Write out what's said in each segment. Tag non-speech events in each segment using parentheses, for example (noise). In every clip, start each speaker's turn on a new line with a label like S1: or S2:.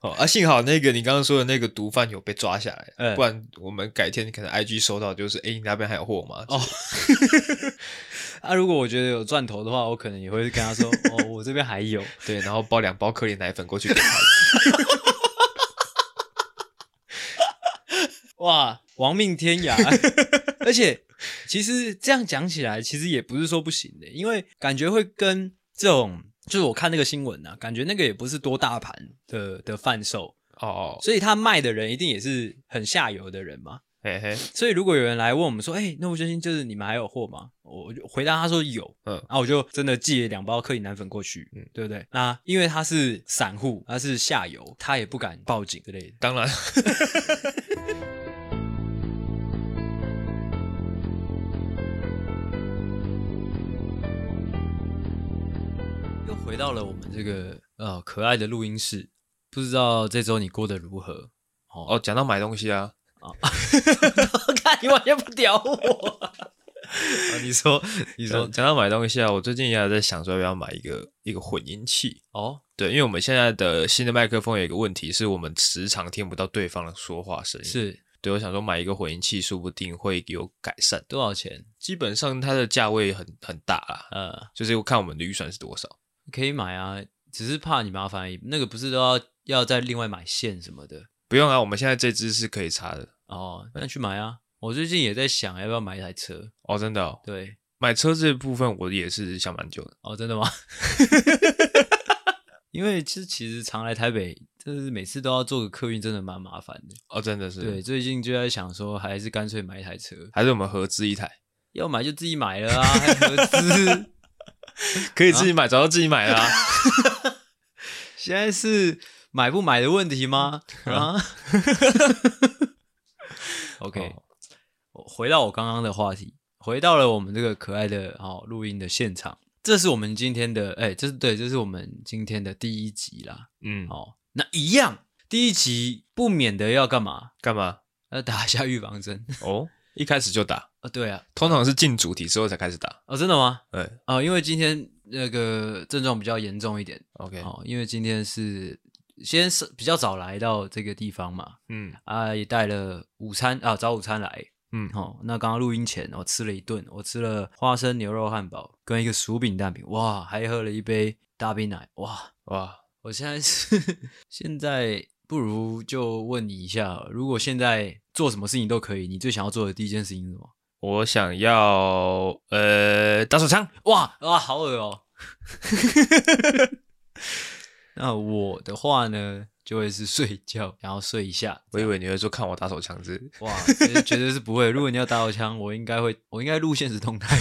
S1: 哦，啊，幸好那个你刚刚说的那个毒贩有被抓下来，
S2: 嗯
S1: 不然我们改天可能 IG 收到就是，哎、你那边还有货吗？
S2: 哦啊，如果我觉得有赚头的话，我可能也会跟他说，哦，我这边还有。
S1: 对，然后包两包颗粒奶粉过去给他。
S2: 哇，亡命天涯！而且，其实这样讲起来，其实也不是说不行的，因为感觉会跟这种，就是我看那个新闻啊，感觉那个也不是多大盘的的贩售，
S1: (laughs) 哦，
S2: 所以他卖的人一定也是很下游的人嘛。
S1: 嘿嘿，
S2: 所以如果有人来问我们说，哎、那我真心就是你们还有货吗？我就回答他说有，
S1: 嗯
S2: 然后我就真的寄了两包克里南粉过去，
S1: 嗯
S2: 对不对？那因为他是散户，他是下游，他也不敢报警之类的。
S1: 当然，
S2: 又回到了我们这个呃可爱的录音室，不知道这周你过得如何？
S1: (laughs)
S2: (laughs)
S1: 哦，讲到买东西啊，
S2: 看你完全不屌我、 (laughs) 啊你说，你
S1: 讲
S2: 说，
S1: 讲到买东西啊，我最近也有在想说要不要买一个一个混音器。
S2: 哦，
S1: 对，因为我们现在的新的麦克风有一个问题，是我们时常听不到对方的说话声音。，
S2: 是
S1: 对我想说买一个混音器，说不定会有改善。
S2: 多少钱？
S1: 基本上它的价位很很大啦，
S2: 呃，
S1: 就是我看我们的预算是多少。
S2: 可以买啊，只是怕你麻烦而已。那个不是都要要再另外买线什么的
S1: 不用啊，我们现在这支是可以插的。
S2: 哦，那去买啊。我最近也在想要不要买一台车，
S1: 哦，真的、哦，
S2: 对，
S1: 买车这部分我也是想蛮久的。
S2: 哦，真的吗？ (laughs) 因为其实其实常来台北，就是每次都要坐个客运，真的蛮麻烦的。
S1: 哦，真的是。
S2: 对，，最近就在想说，还是干脆买一台车，
S1: 还是我们合资一台，
S2: 要买就自己买了啊，还合资。
S1: 可以自己买，早就自己买啦、啊
S2: 啊现在是买不买的问题吗？啊，OK，、
S1: 哦
S2: 我回到我刚刚的话题，回到了我们这个可爱的哦录音的现场。这是我们今天的，哎、这是对，这是我们今天的第一集啦。
S1: 嗯，
S2: 哦，那一样，第一集不免的要干嘛？
S1: 干嘛？
S2: 要打一下预防针 (laughs)
S1: 哦，一开始就打，
S2: 哦，对啊，
S1: 通常是进主题之后才开始打。
S2: 哦，真的吗？
S1: 对
S2: 哦，因为今天那个症状比较严重一点，
S1: ，OK，
S2: 哦，因为今天是先是比较早来到这个地方嘛，
S1: 嗯
S2: 啊，也带了午餐啊，早午餐来。
S1: 嗯，
S2: 哦，那刚刚录音前我吃了一顿，我吃了花生牛肉汉堡跟一个薯饼蛋饼，哇，还喝了一杯大冰奶，哇，
S1: 哇，
S2: 我现在是 (laughs) 现在不如就问你一下，如果现在做什么事情都可以，你最想要做的第一件事情是什么？
S1: 我想要呃打手枪，
S2: 哇哇，好恶哦、 (laughs) 那我的话呢，就会是睡觉，然后睡一下。
S1: 我以为你会说看我打手枪是，
S2: 哇，这绝对是不会。如果你要打我枪，我应该会，我应该录现实
S1: (laughs)
S2: 动态。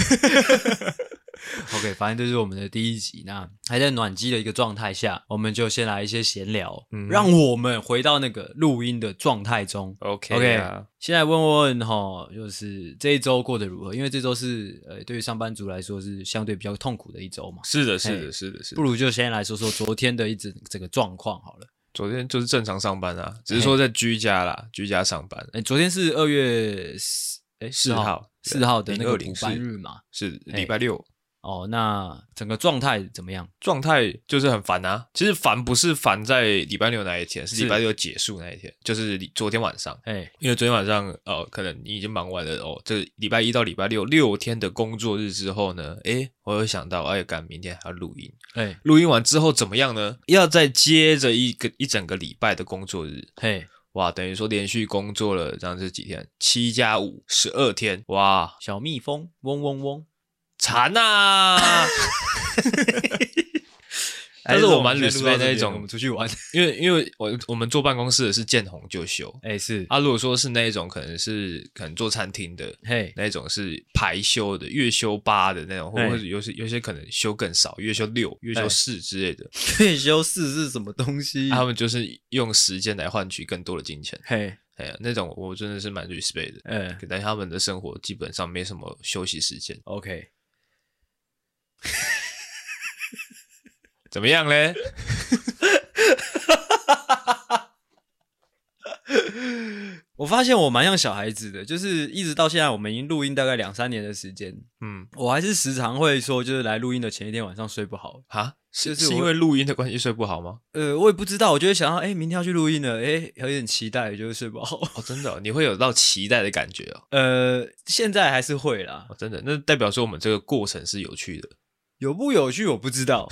S2: OK，反正这是我们的第一集。那还在暖机的一个状态下，我们就先来一些闲聊，
S1: 嗯
S2: 让我们回到那个录音的状态中。
S1: OK
S2: OK，
S1: 啊
S2: 现在问问哈，就是这一周过得如何？因为这周是呃，对于上班族来说是相对比较痛苦的一周嘛。
S1: 是的，是
S2: 哎
S1: 的，是的，是的
S2: 不。如就先来说说昨天的一整整个状况好了。
S1: 昨天就是正常上班啊，只是说在居家啦，居家上班。
S2: 哎，昨天是二月四哎
S1: 四号
S2: 四号的那个补
S1: 0204
S2: 班日嘛。
S1: 是
S2: 哎
S1: 礼拜六，
S2: 哦，那整个状态怎么样？
S1: 状态就是很烦啊。其实烦不是烦在礼拜六那一天，是
S2: 是
S1: 礼拜六结束那一天，就是礼昨天晚上。
S2: 哎，
S1: 因为昨天晚上，呃，可能你已经忙完了哦。这礼拜一到礼拜六六天的工作日之后呢，诶，我有想到，哎，赶明天还要录音，
S2: 哎，
S1: 录音完之后怎么样呢？要再接着一个一整个礼拜的工作日，
S2: 嘿，
S1: 哇，等于说连续工作了这样这几天，七加五十二天，哇，
S2: 小蜜蜂嗡嗡嗡。
S1: 惨啊！但是我蛮
S2: 还
S1: respect
S2: 们
S1: 那
S2: 哎先录到这边我
S1: 种
S2: 们，出去玩。
S1: (laughs) 因为因为我我们坐办公室的是见红就休
S2: 哎，是，
S1: 啊，如果说是那一种可能是可能做餐厅的，
S2: 嘿，
S1: 那种是排休的，月休八的那种，或
S2: 哎
S1: 或者有些有些可能休更少，月休六、月休四之类的，
S2: (laughs)
S1: 啊
S2: 退休四是什么东西？
S1: 他们就是用时间来换取更多的金钱。
S2: 啊嘿，
S1: 哎呀，那种我真的是蛮 respect 的，
S2: 哎
S1: 但他们的生活基本上没什么休息时间，
S2: ，OK，
S1: 怎么样嘞？
S2: 我发现我蛮像小孩子的，就是一直到现在，我们已经录音大概两三年的时间，
S1: 嗯，
S2: 我还是时常会说，就是来录音的前一天晚上睡不好，
S1: 哈，是
S2: 就是
S1: 是因
S2: 我
S1: 为录音的关系睡不好吗？
S2: 呃，我也不知道，我就会想到，哎、明天要去录音了，哎、有点期待，就会睡不好。 (laughs)
S1: 哦，真的哦、你会有到期待的感觉哦。
S2: 呃，现在还是会啦，
S1: 哦真的，那代表说我们这个过程是有趣的。
S2: 有不有趣我不知道，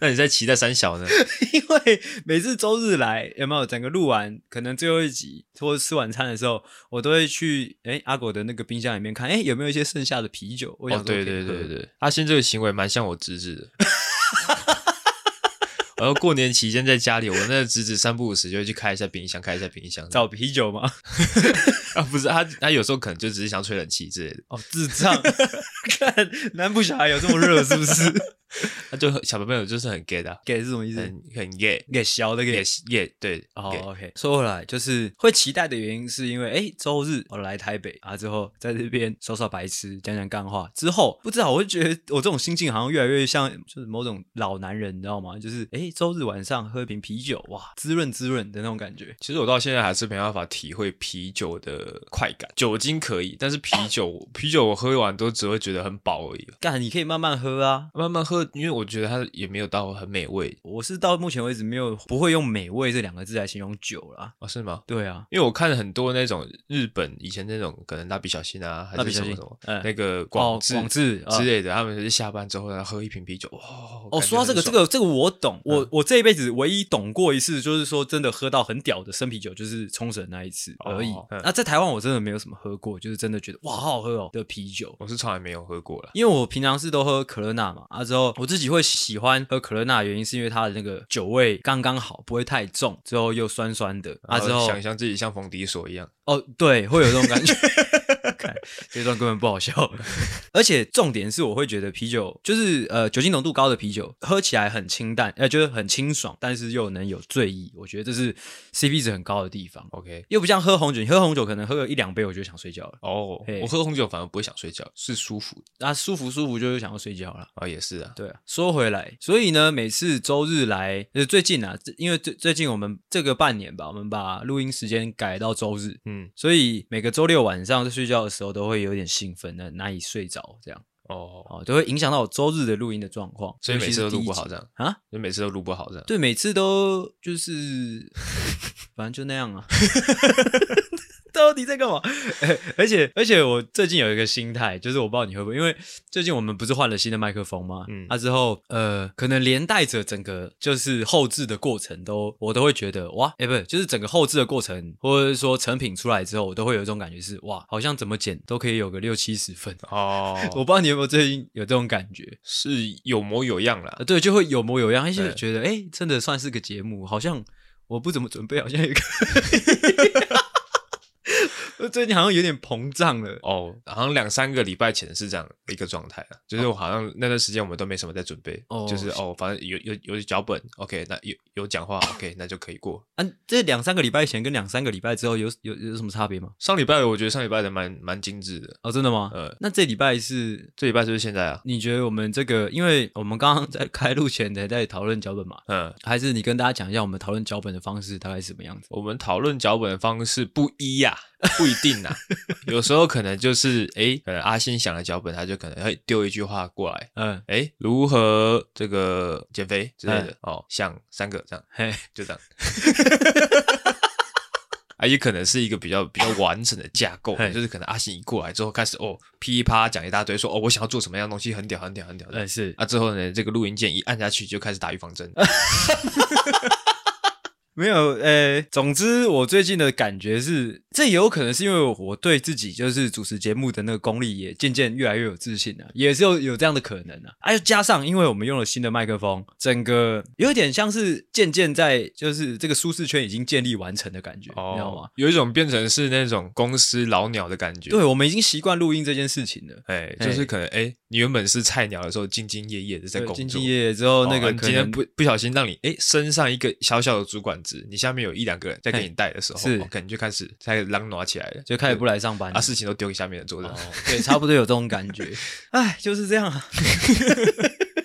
S1: 那你在期待三小呢？
S2: 因为每次周日来有没有整个录完，可能最后一集或者吃晚餐的时候，我都会去哎、阿狗的那个冰箱里面看，哎、有没有一些剩下的啤酒， (laughs) 我想
S1: 哦，
S2: 说可
S1: 对
S2: 以喝、
S1: 对对对，阿星这个行为蛮像我侄子的。 (laughs) 然后过年期间在家里，我那个侄子三不五时就会去开一下冰箱，开一下冰箱。
S2: 找啤酒吗？
S1: (laughs)
S2: (laughs)
S1: 啊，不是他，他有时候可能就只是想吹冷气之类的，
S2: 哦，智障！看南部小孩有这么热是不是？
S1: (laughs) 他就很小朋友就是很 gay 的啊、
S2: 给是什么意思？
S1: 很很 gay
S2: 给小的给
S1: gay gay 对
S2: 哦、
S1: gay
S2: o k 说回来，就是会期待的原因，是因为哎，周日我来台北啊，之后在这边耍耍白痴，讲讲干话，之后不知道，我就觉得我这种心境好像越来越像就是某种老男人，你知道吗？就是哎，周日晚上喝一瓶啤酒，哇，滋润滋润的那种感觉。
S1: 其实我到现在还是没办法体会啤酒的快感，酒精可以，但是啤酒啤酒我喝完都只会觉得很饱而已。
S2: 干，你可以慢慢喝啊。
S1: 慢慢喝，因为我觉得它也没有到很美味
S2: 我是到目前为止没有不会用美味这两个字来形容酒啦。
S1: 哦，是吗？
S2: 对啊，
S1: 因为我看很多那种日本以前那种可能蜡笔小新啊，还
S2: 蜡
S1: 是
S2: 笔
S1: 什
S2: 小
S1: 么
S2: 新
S1: 什么、
S2: 嗯
S1: 那个广
S2: 广
S1: 志、
S2: 广志啊
S1: 之类的，他们就是下班之后然后喝一瓶啤酒，哇！
S2: 哦，
S1: 感觉
S2: 说到这
S1: 很
S2: 个，这
S1: 爽嗯
S2: 个这个我懂，我、我这一辈子唯一懂过一次，就是说真的喝到很屌的生啤酒，就是冲绳那一次而已。
S1: 哦嗯
S2: 那在台湾我真的没有什么喝过，就是真的觉得哇好好喝哦的啤酒。
S1: 我是从来没有喝过了。
S2: 因为我平常是都喝可乐娜嘛，啊之后我自己会喜欢喝可乐娜，原因是因为它的那个酒味刚刚好，不会太重，之后又酸酸的，啊之
S1: 然
S2: 后
S1: 想象自己像冯迪所一样，
S2: 哦，对，会有这种感觉。 (laughs) 看这段根本不好笑，而且重点是，我会觉得啤酒就是呃酒精浓度高的啤酒，喝起来很清淡，呃就是很清爽，但是又能有醉意。我觉得这是 CP 值很高的地方，
S1: OK。
S2: 又不像喝红酒，你喝红酒可能喝个一两杯我就想睡觉了，
S1: 哦、
S2: 嘿
S1: 我喝红酒反而不会想睡觉，是舒服的
S2: 啊舒服舒服就是想要睡觉了。
S1: 啊，也是啊。
S2: 对啊，说回来，所以呢，每次周日来，呃，最近啊，因为最最近我们这个半年吧，我们把录音时间改到周日，
S1: 嗯，
S2: 所以每个周六晚上在睡觉的时候都会有点兴奋，那难以睡着，这样
S1: 哦，
S2: 哦，都会影响到我周日的录音的状况，
S1: 所以每次都录不好
S2: 尤其
S1: 这
S2: 是
S1: 样，
S2: 第一集啊。
S1: 就每次都录不好这样。
S2: 对，每次都就是，反正就那样啊。 (laughs) 到底在干嘛？哎而且而且，我最近有一个心态，就是我不知道你会不会，因为最近我们不是换了新的麦克风吗？
S1: 嗯
S2: 嗯，啊之后呃，可能连带着整个就是后置的过程都，我都会觉得哇，哎、不是，就是整个后置的过程，或者是说成品出来之后，我都会有一种感觉是哇，好像怎么剪都可以有个六七十分。 (laughs)
S1: 哦，
S2: 我不知道你有没有最近有这种感觉？
S1: 是有模有样啦
S2: 呃，。对，就会有模有样，而且
S1: 对
S2: 觉得哎、诶真的算是个节目，好像我不怎么准备，好像有一个，我最近好像有点膨胀了。
S1: 哦，好像两三个礼拜前是这样的一个状态啊，就是我好像那段时间我们都没什么在准备，
S2: 哦
S1: 就是哦，反正有有有脚本，OK，那有有讲话，OK，那就可以过。
S2: 啊，这两三个礼拜前跟两三个礼拜之后有有有什么差别吗？
S1: 上礼拜我觉得上礼拜的蛮蛮精致的，
S2: 哦，真的吗？
S1: 呃，
S2: 那这礼拜是
S1: 这礼拜就是现在啊，
S2: 你觉得我们这个，因为我们刚刚在开录前才在讨论脚本嘛，
S1: 嗯，
S2: 还是你跟大家讲一下我们讨论脚本的方式大概是什么样子？
S1: 我们讨论脚本的方式不一呀、不一定啊，有时候可能就是诶，可能阿星想了脚本，他就可能会丢一句话过来。
S2: 嗯，
S1: 诶，如何这个减肥之类的、
S2: 嗯
S1: 哦，想三个这样，
S2: 嘿，
S1: 就这样。 (laughs) 啊，也可能是一个比较比较完整的架构，
S2: 嘿
S1: 就是可能阿信一过来之后开始哦噼里啪啦讲一大堆说，哦我想要做什么样的东西很屌很屌很屌
S2: 呃，
S1: 的，
S2: 是
S1: 啊之后呢这个录音键一按下去就开始打预防针，
S2: 没有，呃，总之我最近的感觉是，这也有可能是因为我对自己就是主持节目的那个功力也渐渐越来越有自信了、也是有有这样的可能啊。还、有加上因为我们用了新的麦克风，整个有点像是渐渐在就是这个舒适圈已经建立完成的感觉，你知道吗？？
S1: 有一种变成是那种公司老鸟的感觉，
S2: 哦对，我们已经习惯录音这件事情了。
S1: 哎，就是可能哎、你原本是菜鸟的时候兢兢业业的在
S2: 对
S1: 工作，
S2: 兢兢业业之后，那
S1: 哦
S2: 个
S1: 你
S2: 可
S1: 今天
S2: 能
S1: 不不小心让你哎升上一个小小的主管职，你下面有一两个人在给
S2: 嘿
S1: 你带的时候，
S2: 是
S1: 哦可能就开始开始浪挪起来了，
S2: 就开始不来上班了
S1: 把啊事情都丢给下面的做 (laughs) 的。
S2: 啊哦，对，差不多有这种感觉。哎，就是这样啊。 (laughs)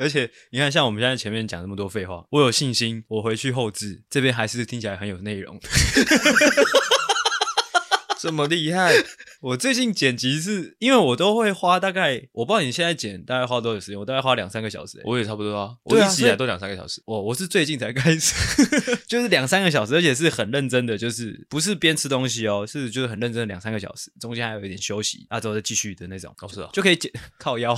S2: 而且你看，像我们现在前面讲那么多废话，我有信心， (laughs) 我回去后置这边还是听起来很有内容。
S1: 这么厉害，
S2: 我最近剪辑是因为我都会花大概，我不知道你现在剪大概花多久时间，我大概花两三个小时、欸。
S1: 我也差不多啊，我
S2: 对啊
S1: 一直以
S2: 所以
S1: 来都两三个小时。
S2: 我我是最近才开始，
S1: (laughs)
S2: 就是两三个小时，而且是很认真的，就是不是边吃东西哦，是就是很认真的两三个小时，中间还有一点休息啊，之后再继续的那种，
S1: 哦，是啊，
S2: 就可以剪靠腰，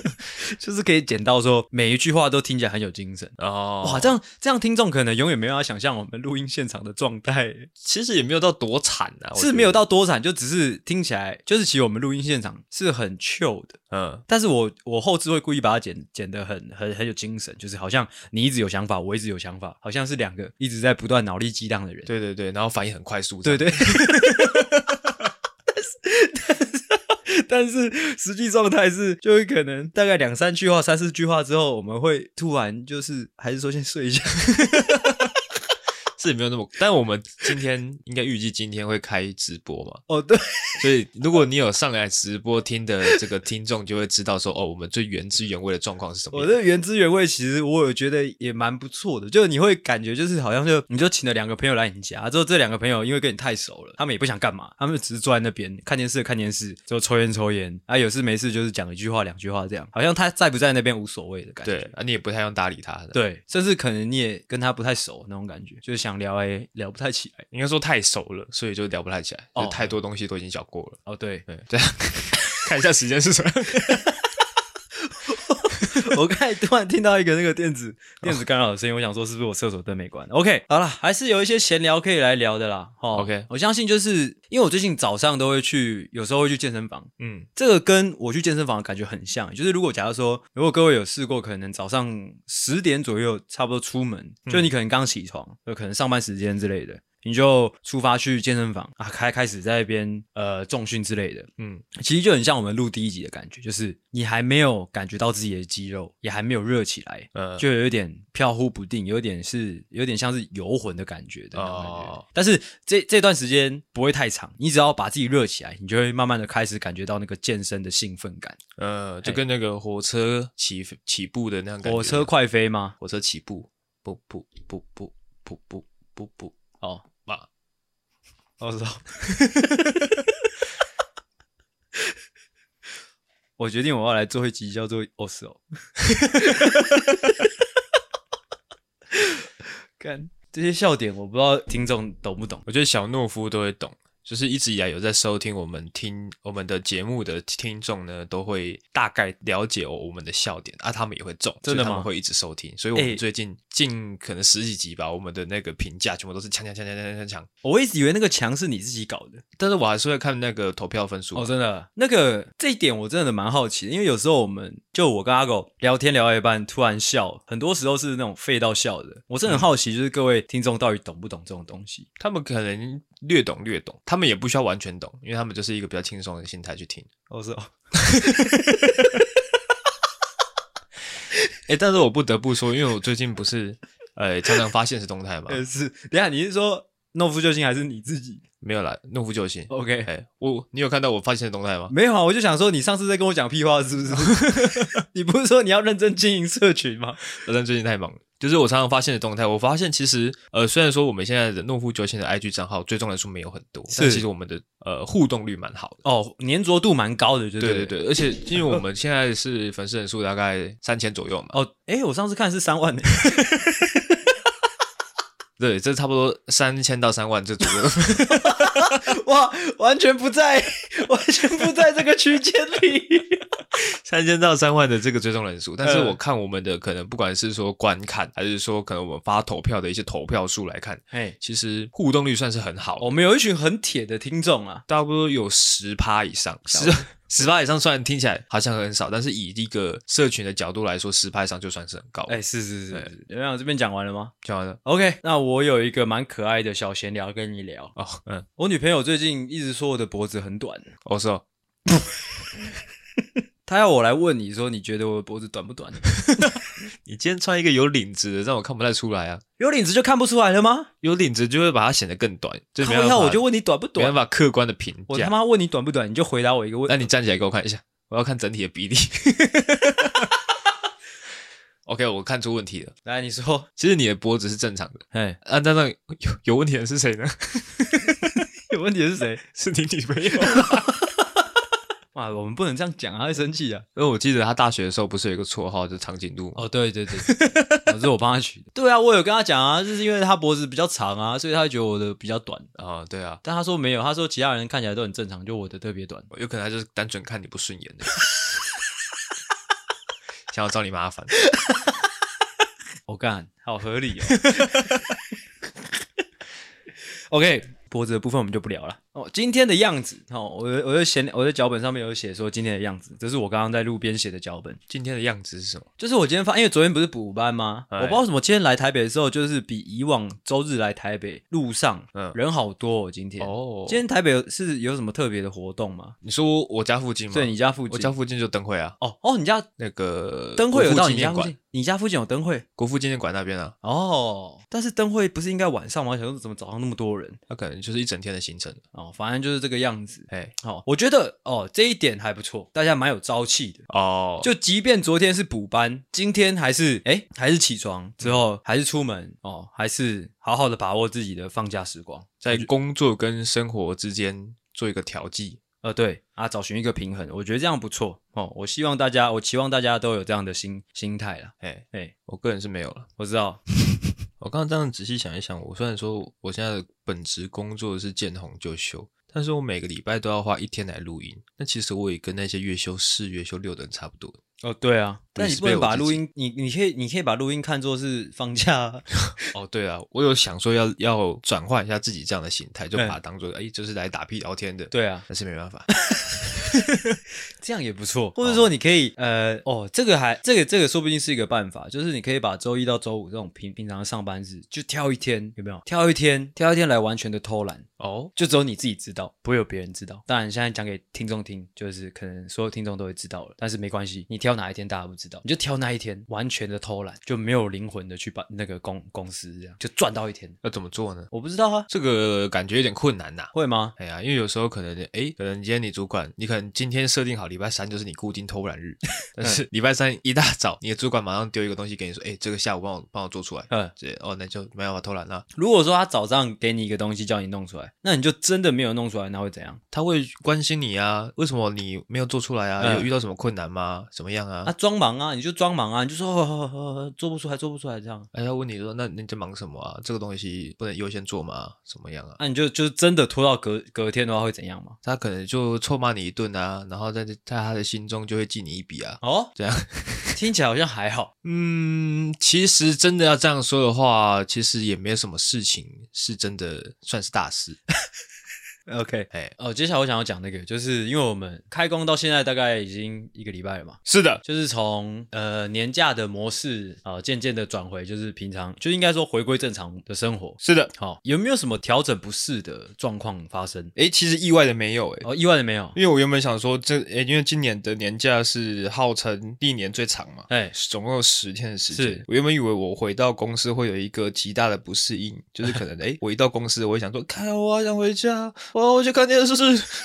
S2: (laughs) 就是可以剪到说每一句话都听起来很有精神。
S1: 哦，
S2: 哇，这样这样听众可能永远没有办法想象我们录音现场的状态欸，
S1: 其实也没有到多惨啊，我觉
S2: 是
S1: 得
S2: 没有，到多惨，就只是听起来就是其实我们录音现场是很 chill 的，
S1: 嗯，
S2: 但是我我后置会故意把它剪剪得很很很有精神，就是好像你一直有想法，我一直有想法，好像是两个一直在不断脑力激荡的人。
S1: 对对对，然后反应很快速，
S2: 对
S1: 对，
S2: 对。 (laughs) 但是但是实际状态是，就会可能大概两三句话、三四句话之后，我们会突然就是还是说先睡一下。
S1: 是也没有那么，但我们今天应该预计今天会开直播嘛，
S2: 哦，对，
S1: 所以如果你有上来直播听的这个听众，就会知道说，哦，我们最原汁原味的状况是什么
S2: 我
S1: 样。
S2: 的原汁原味，其实我有觉得也蛮不错的，就是你会感觉就是好像就你就请了两个朋友来你家，之后这两个朋友因为跟你太熟了，他们也不想干嘛，他们只是坐在那边看电视看电视，之后抽烟抽烟，啊有事没事就是讲一句话两句话这样，好像他在不在那边无所谓的感觉。
S1: 对啊，你也不太用搭理他，，
S2: 对，甚至可能你也跟他不太熟那种感觉，就是想聊哎聊不太起来。
S1: 应该说太熟了，所以就聊不太起来，
S2: 哦
S1: 就太多东西都已经讲过了。
S2: 哦，对
S1: 对，这样 (laughs) 看一下时间是什么样。
S2: (laughs) 我刚才突然听到一个那个电子电子干扰的声音，我想说是不是我厕所灯没关？OK，好了，还是有一些闲聊可以来聊的啦。哦
S1: OK
S2: 我相信就是因为我最近早上都会去，有时候会去健身房，
S1: 嗯，
S2: 这个跟我去健身房的感觉很像，欸就是如果假如说，如果各位有试过，可能早上十点左右差不多出门，就你可能刚起床，有可能上班时间之类的，你就出发去健身房啊，开开始在那边呃重训之类的，
S1: 嗯，
S2: 其实就很像我们录第一集的感觉，就是你还没有感觉到自己的肌肉，也还没有热起来，
S1: 呃，
S2: 就有一点飘忽不定，有一点是有点像是游魂的感觉的那种感觉。
S1: 哦
S2: 但是这这段时间不会太长，你只要把自己热起来，你就会慢慢的开始感觉到那个健身的兴奋感。
S1: 呃，就跟那个火车起起步的那样感觉。
S2: 火车快飞吗？
S1: 火车起步，不不不不不不不不
S2: 哦，
S1: 嘛，
S2: 我知道。我决定我要来做一集叫做“哦是哦”， (laughs) 看这些笑点，我不知道听众懂不懂。
S1: 我觉得小懦夫都会懂。就是一直以来有在收听我们听我们的节目的听众呢，都会大概了解我我们的笑点啊，他们也会中，
S2: 真的
S1: 所以他
S2: 吗
S1: 们会一直收听。所以我们
S2: 哎
S1: 最近近可能十几集吧，我们的那个评价全部都是强强强强强强强，
S2: 我一直以为那个墙是你自己搞的。
S1: 但是我还是会看那个投票分数。啊
S2: 哦，真的，那个这一点我真的蛮好奇的，因为有时候我们就我跟阿狗聊天聊到一半突然笑，很多时候是那种废到笑的。我真的很好奇，就是各位听众到底懂不懂这种东西？
S1: 他们可能略懂略懂，他们也不需要完全懂，因为他们就是一个比较轻松的心态去听。
S2: 我说， (laughs)
S1: 哎、但是我不得不说，因为我最近不是呃常常发现实动态嘛，
S2: 呃，是，等一下你是说诺夫救星还是你自己
S1: 没有啦，懦夫救星。
S2: ？OK，
S1: 哎、我你有看到我发现的动态吗？
S2: 没有啊，我就想说你上次在跟我讲屁话是不 (laughs) 是？你不是说你要认真经营社群吗？
S1: 但最近太忙了。就是我常常发现的动态，我发现其实，呃，虽然说我们现在的懦夫救星的 IG 账号追踪人数没有很多，但
S2: 是
S1: 其实我们的呃互动率蛮好的。
S2: 哦，粘着度蛮高的，就
S1: 对
S2: 对
S1: 对
S2: 了。
S1: 对，而且因为我们现在是粉丝人数大概三千左右嘛，
S2: 哦，哎，我上次看是三万呢。
S1: 对，这差不多三千到三万这左右。
S2: (laughs) 哇，完全不在， (laughs) 完全不在这个区间 (laughs) 里。
S1: 三千到三万的这个追踪人数，但是
S2: 嗯
S1: 我看我们的可能不管是说观看，还是说可能我们发投票的一些投票数来看，
S2: 哎，
S1: 其实互动率算是很好的，
S2: 我们有一群很铁的听众啊，
S1: 差不多有十趴以上，
S2: 小
S1: 十十趴以上虽然听起来好像很少，但是以一个社群的角度来说，十趴以上就算是很高。
S2: 哎，是是是是，怎么样？这边讲完了吗
S1: 讲完了
S2: ？OK，那我有一个蛮可爱的小闲聊跟你聊。
S1: 哦，嗯，
S2: 我女朋友最近一直说我的脖子很短，
S1: 我说
S2: 她要我来问你说，你觉得我的脖子短不短？
S1: 你今天穿一个有领子的，让我看不太出来啊，
S2: 有领子就看不出来了吗？
S1: 有领子就会把它显得更短，就没
S2: 靠
S1: 办
S2: 要
S1: 法，
S2: 我就问你短不
S1: 没办
S2: 短，啊
S1: 法客观的评
S2: 我他
S1: 价。
S2: 妈问你短不短，你就回答我一个问
S1: 那你站起来给我看一下，我要看整体的比例。OK，我看出问题了。
S2: 来，你说，
S1: 其实你的脖子是正常的，
S2: (laughs) 哎，
S1: 啊，那那有有问题的是谁呢？
S2: 问题是谁？
S1: (laughs) 是你女朋友。 (laughs)
S2: 哇，我们不能这样讲啊，会生气啊。
S1: 因为我记得他大学的时候不是有一个绰号，就是长颈鹿嘛。
S2: 哦，对对对，对这是我帮他取的。 (laughs) 对啊，我有跟他讲啊，就是因为他脖子比较长啊，所以他会觉得我的比较短。
S1: 啊、对啊，
S2: 但他说没有，他说其他人看起来都很正常，就我的特别短。
S1: 有可能他就是单纯看你不顺眼的， (laughs) 想要找你麻烦。
S2: 我、干，好合理哦。OK，脖子的部分我们就不聊了。哦，今天的样子，哦，我的我的写我的脚本上面有写说今天的样子，这是我刚刚在路边写的脚本。
S1: 今天的样子是什么？
S2: 就是我今天发，因为昨天不是补班吗？
S1: 哎
S2: 我不知道为什么今天来台北的时候，就是比以往周日来台北路上，
S1: 嗯
S2: 人好多、哦。今天，
S1: 哦
S2: 今天台北是有什么特别的活动吗？
S1: 你说我家附近吗？
S2: 对你家附近，
S1: 我家附近就灯会啊，
S2: 哦哦，你家
S1: 那个
S2: 灯会有
S1: 国
S2: 到
S1: 父
S2: 你
S1: 纪
S2: 家
S1: 念
S2: 附
S1: 馆
S2: 近，，你家附近有灯会
S1: 国父纪念馆那边啊，
S2: 哦，但是灯会不是应该晚上吗？我想说怎么早上那么多人
S1: 它可能就是一整天的行程。
S2: 哦，反正就是这个样子。
S1: 哎，
S2: 哦，我觉得哦这一点还不错，大家蛮有朝气的。
S1: 哦，
S2: 就即便昨天是补班，今天还是哎，还是起床之
S1: 嗯
S2: 后，还是出门哦，还是好好的把握自己的放假时光。
S1: 在工作跟生活之间做一个调剂。
S2: 呃，对啊，找寻一个平衡，我觉得这样不错哦。我希望大家，我期望大家都有这样的心心态啦。
S1: 哎，
S2: 哎，
S1: 我个人是没有了。
S2: 我知道，
S1: 我刚刚这样仔细想一想，我虽然说我现在的本职工作是见红就休，但是我每个礼拜都要花一天来录音。那其实我也跟那些月休四、月休六的人差不多。
S2: 哦，对
S1: (laughs)
S2: 啊，但你不能
S1: Respect
S2: 把
S1: 我自
S2: 录
S1: 己
S2: 音，你你可以你可以把录音看作是放
S1: (laughs)
S2: 假、啊，
S1: 哦，对啊，我有想说要要转换一下自己这样的心态，就把它
S2: 嗯
S1: 当做哎，就是来打屁聊天的。，
S2: 对啊，
S1: 但是没办法。
S2: 这样也不错。哦或者说你可以、呃，哦，这个还这个这个说不定是一个办法，就是你可以把周一到周五这种平平常上班日就挑一天，有没有？挑一天，挑一天来完全的偷懒。
S1: 哦，
S2: 就只有你自己知道，不会有别人知道。当然，现在讲给听众听，就是可能所有听众都会知道了，但是没关系，你挑哪一天大家不知道，你就挑那一天，完全的偷懒，就没有灵魂的去把那个公公司这样就赚到一天。
S1: 要怎么做呢？
S2: 我不知道啊，
S1: 这个感觉有点困难呐、
S2: 会吗？
S1: 哎呀，因为有时候可能，哎，可能今天你主管，你可能今天设定好礼拜三就是你固定偷懒日， (laughs) 但是礼拜三一大早，你的主管马上丢一个东西给你说，哎，这个下午帮我帮我做出来，
S2: 嗯，
S1: 这哦，那就没办法偷懒啦、
S2: 如果说他早上给你一个东西叫你弄出来，那你就真的没有弄出来，那会怎样？
S1: 他会关心你啊，为什么你没有做出来啊？
S2: 嗯
S1: 有遇到什么困难吗？怎么样啊？
S2: 啊，装忙啊，你就装忙啊，你就说、哦哦哦哦做不出来，做不出来这样。
S1: 哎，他问你说，那你在忙什么啊？这个东西不能优先做吗？怎么样啊？
S2: 那、你就就是真的拖到隔隔天的话会怎样吗？
S1: 他可能就臭骂你一顿啊，然后在在他的心中就会记你一笔啊。
S2: 哦，
S1: 这样，
S2: 听起来好像
S1: (laughs)
S2: 还好。
S1: 嗯，其实真的要这样说的话，其实也没有什么事情是真的算是大事。 (laughs)
S2: OK，
S1: 哎，
S2: 哦，接下来我想要讲那个，就是因为我们开工到现在大概已经一个礼拜了嘛，
S1: 是的，
S2: 就是从呃年假的模式啊，呃渐、渐的转回就是平常，就应该说回归正常的生活。
S1: 是的。
S2: 好、有没有什么调整不适的状况发生？
S1: 哎，其实意外的没有哎、
S2: 哦，意外的没有？
S1: 因为我原本想说这，哎，因为今年的年假是号称历年最长嘛。
S2: 哎、
S1: 总共有十天的时
S2: 是
S1: 间，我原本以为我回到公司会有一个极大的不适应，就是
S2: (laughs)
S1: 可能哎、诶我一到公司，我会想说，看我好想回家，我要去看电视，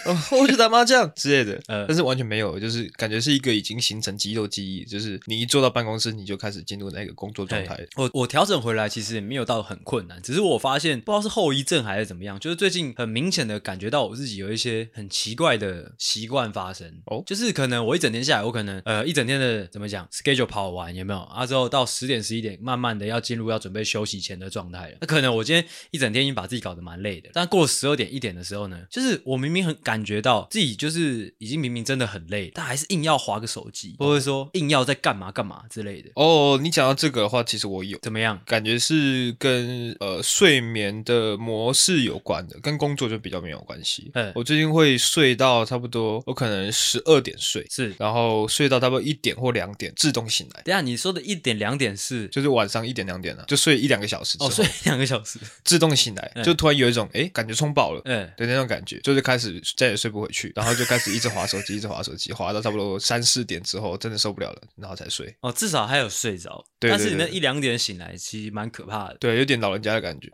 S1: 哦我去打麻将之类
S2: (laughs)
S1: 的，
S2: 呃
S1: 但是完全没有，就是感觉是一个已经形成肌肉记忆，就是你一坐到办公室，你就开始进入那个工作状态。
S2: 哎我我调整回来其实也没有到很困难，只是我发现不知道是后遗症还是怎么样，就是最近很明显的感觉到我自己有一些很奇怪的习惯发生。
S1: 哦
S2: 就是可能我一整天下来，我可能呃一整天的怎么讲 schedule 跑完有没有啊？之后到十点十一点，慢慢的要进入要准备休息前的状态了。那可能我今天一整天已经把自己搞得蛮累的，但过十二点一点的时候呢，就是我明明很感觉到自己就是已经明明真的很累，但还是硬要划个手机，或者说硬要在干嘛干嘛之类的。
S1: 哦，你讲到这个的话，其实我有。
S2: 怎么样？
S1: 感觉是跟呃睡眠的模式有关的，跟工作就比较没有关系。
S2: 嗯
S1: 我最近会睡到差不多，我可能十二点睡，
S2: 是
S1: 然后睡到差不多一点或两点自动醒来，
S2: 等一下你说的一点两点是
S1: 就是晚上一点两点了、啊就睡一两个小时之后，
S2: 哦，睡两个
S1: (laughs)
S2: 小时，
S1: 自动醒来，
S2: 嗯
S1: 就突然有一种哎感觉充饱了。
S2: 嗯，
S1: 的那种感觉，就是开始再也睡不回去，然后就开始一直划手机，一直划手机，划到差不多三四点之后，真的受不了了，然后才睡。
S2: 哦，至少还有睡着，
S1: 对对
S2: 但是你那
S1: 对
S2: 一两点醒来其实蛮可怕的。 (laughs)
S1: 对，有点老人家的感觉。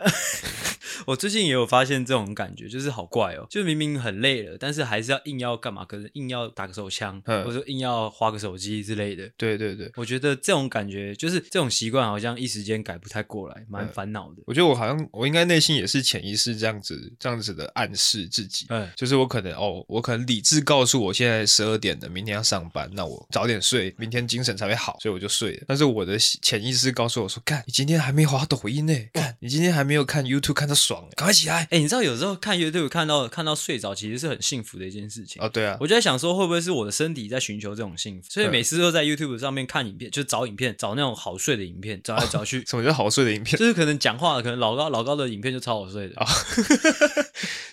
S2: 我最近也有发现这种感觉，就是好怪哦，就明明很累了，但是还是要硬要干嘛？可能硬要打个手枪，
S1: 嗯
S2: 或者说硬要划个手机之类的。
S1: 对对对，
S2: 我觉得这种感觉，就是这种习惯，好像一时间改不太过来，蛮
S1: 嗯
S2: 烦恼的。
S1: 我觉得我好像我应该内心也是潜意识这样子这样子的暗示自己，
S2: 嗯，
S1: 就是我可能哦，我可能理智告诉我现在十二点了，明天要上班，那我早点睡，明天精神才会好，所以我就睡了。但是我的潜意识告诉我说，干，你今天还没滑抖音呢，干，你今天还没有看 YouTube 看到爽呢，赶快起来！
S2: 哎、你知道有时候看 YouTube 看到看到睡着，其实是很幸福的一件事情。
S1: 哦，对啊，
S2: 我就在想说，会不会是我的身体在寻求这种幸福？所以
S1: 对
S2: 每次都在 YouTube 上面看影片，就找影片，找那种好睡的影片，找来找
S1: (laughs)，
S2: 去
S1: 什么叫好睡的影片？
S2: (laughs)
S1: 哦
S2: 就是可能讲话，可能老高老高的影片就超好睡的。
S1: (laughs)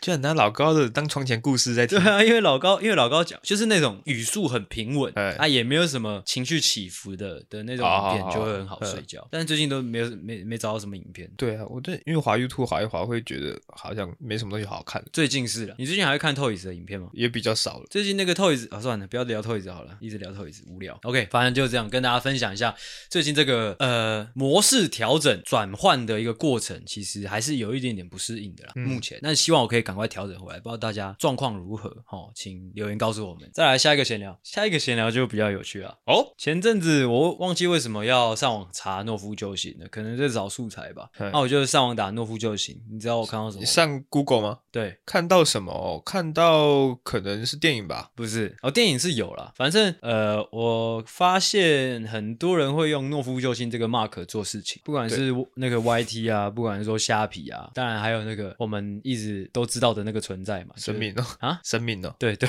S1: 居然拿老高的当床前故事在听
S2: 对，啊，因为老高，因为老高讲就是那种语速很平稳，
S1: 哎
S2: 啊，也没有什么情绪起伏的的那种
S1: 好
S2: 影片
S1: 好，好
S2: 就会很好
S1: 嗯
S2: 睡觉。但是最近都没有没没找到什么影片，
S1: 对啊，我对，因为滑 YouTube 滑一滑会觉得好像没什么东西好看的，
S2: 最近是了。你最近还会看 Toys 的影片吗？
S1: 也比较少了。
S2: 最近那个 Toys 啊，算了，不要聊 Toys 好了，一直聊 Toys 无聊。OK，反正就是这样，跟大家分享一下最近这个呃模式调整转换的一个过程，其实还是有一点点不适应的啦。
S1: 嗯
S2: 目前，但希望我可以赶快调整回来，不知道大家状况如何哦，请留言告诉我们。再来下一个闲聊，下一个闲聊就比较有趣了。
S1: 哦，
S2: 前阵子我忘记为什么要上网查诺夫救星了，可能在找素材吧。
S1: 嗯
S2: 那、我就上网打诺夫救星，你知道我看到什么
S1: 你
S2: 吗？
S1: 上 Google 吗？
S2: 对，
S1: 看到什么？哦看到可能是电影吧。
S2: 不是哦，电影是有啦，反正呃，我发现很多人会用诺夫救星这个 mark 做事情，不管是那个 YT 啊，不管是说虾皮啊，当然还有那个我们一直都知道的那个存在嘛，就是
S1: 生命哦
S2: 啊
S1: 生命哦，
S2: 对 (laughs) 对，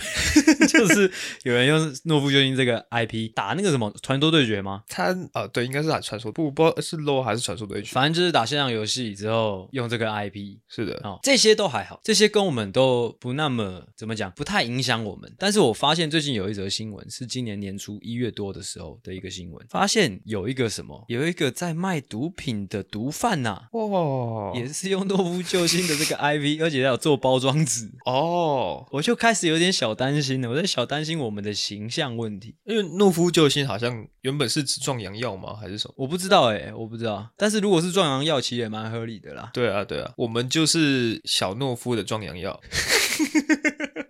S2: 就是有人用诺夫救星这个 IP 打那个什么传说对决吗？
S1: 他啊，对，应该是打传说，不不知道是 low 还是传说对决。
S2: 反正就是打线上游戏之后用这个 IP，
S1: 是的，
S2: 哦，这些都还好，这些跟我们都不那么怎么讲，不太影响我们。但是我发现最近有一则新闻，是今年年初一月多的时候的一个新闻，发现有一个什么，有一个在卖毒品的毒贩呐、
S1: 哇，
S2: 哦也是用诺夫救星的这个 IV，而且 (laughs) 还有做包装纸。
S1: 哦，
S2: 我就开始有点小担心了，我在小担心我们的形象问题。
S1: 因为懦夫救星好像原本是只壮阳药吗？还是什么？
S2: 我不知道哎、我不知道。但是如果是壮阳药，其实也蛮合理的啦。
S1: 对啊，对啊，我们就是小懦夫的壮阳
S2: (laughs)
S1: 药。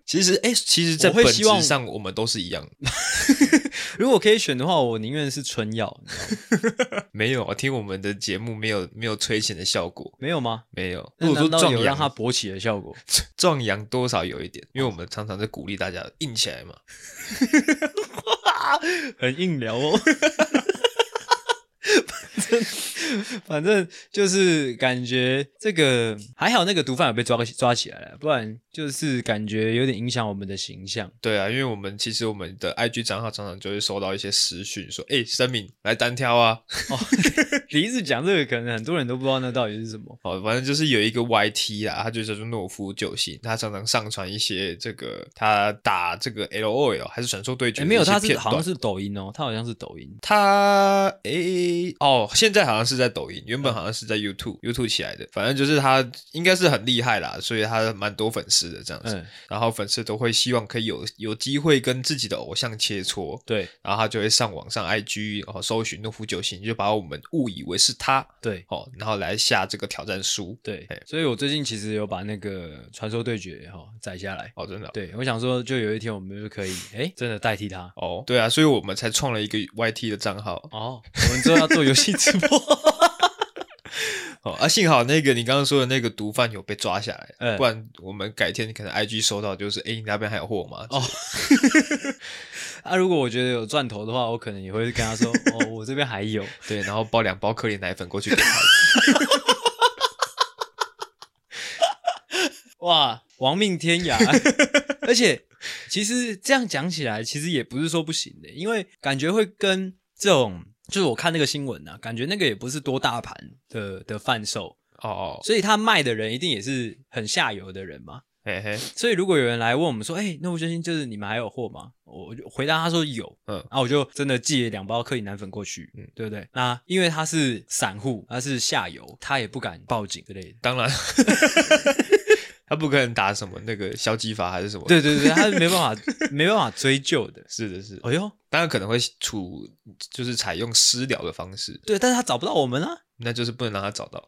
S1: 其实，哎、其实，在
S2: 我会
S1: 本
S2: 希望
S1: 质上，我们都是一样的。
S2: 如果可以选的话，我宁愿是春药，
S1: 没有，啊听我们的节目没有没有催情的效果，
S2: 没有吗？
S1: 没有。
S2: 那
S1: 如果说
S2: 难道
S1: 壮
S2: 有让它
S1: 阳，
S2: 勃起的效果？
S1: 壮阳多少有一点，因为我们常常在鼓励大家硬起来嘛。
S2: 很硬聊哦。 (laughs) 反正反正就是感觉这个还好，那个毒贩有被抓抓起来了，不然就是感觉有点影响我们的形象。 (laughs)
S1: 对啊，因为我们其实我们的 IG 账号常常就会收到一些私讯，说：“哎、声明来单挑啊
S2: 你一直讲这个，可能很多人都不知道那到底是什么！”。
S1: 哦，反正就是有一个 YT 啦，他就叫做懦夫救星，他常常上传一些这个他打这个 LOL 还是传说对决
S2: 哎，
S1: 的
S2: 没有，
S1: 一些
S2: 他是
S1: 片
S2: 好像
S1: 段
S2: 是抖音哦，他好像是抖音。
S1: 他诶、哦，现在好像是在抖音，原本好像是在 YouTube YouTube 起来的，反正就是他应该是很厉害啦，所以他蛮多粉丝的这样子，
S2: 嗯，
S1: 然后粉丝都会希望可以有有机会跟自己的偶像切磋，
S2: 对
S1: 然后他就会上网上 IG 哦搜寻诺夫救星，就把我们误以为是他
S2: 对
S1: 哦，然后来下这个挑战书
S2: 对
S1: 哎，
S2: 所以我最近其实有把那个传说对决哈、哦、载下来。
S1: 哦，真的哦
S2: 对，我想说，就有一天我们就可以哎，真的代替他。
S1: 哦，对啊，所以我们才创了一个 YT 的账号
S2: 哦，我们之后要做游戏直播。
S1: (laughs) 哦啊，幸好那个你刚刚说的那个毒贩有被抓下来，
S2: 嗯
S1: 不然我们改天可能 IG 收到就是哎，诶你那边还有货吗？
S2: 哦 (laughs) 啊，如果我觉得有赚头的话，我可能也会跟他说，哦，我这边还有。
S1: 对，然后包两包克林奶粉过去给
S2: (laughs)
S1: 他。
S2: 哇，亡命天涯！而且其实这样讲起来，其实也不是说不行的，因为感觉会跟这种，就是我看那个新闻啊，感觉那个也不是多大盘的的贩售，
S1: 哦，
S2: 所以他卖的人一定也是很下游的人嘛。
S1: 嘿嘿，
S2: 所以如果有人来问我们说，哎、那我真心就是你们还有货吗？我就回答他说有，
S1: 嗯
S2: 然后我就真的寄了两包克里南粉过去，嗯
S1: 嗯，
S2: 对不对？那因为他是散户，他是下游，他也不敢报警之类的。
S1: 当
S2: (laughs)
S1: 然，他不可能打什么那个消极法还是什么。，
S2: 对对对，他是没办法 (laughs) 没办法追究的。
S1: 是的，是的，
S2: 哎呦，
S1: 当然可能会处就是采用私聊的方式，
S2: 对，但是他找不到我们啊。
S1: 那就是不能让他找到。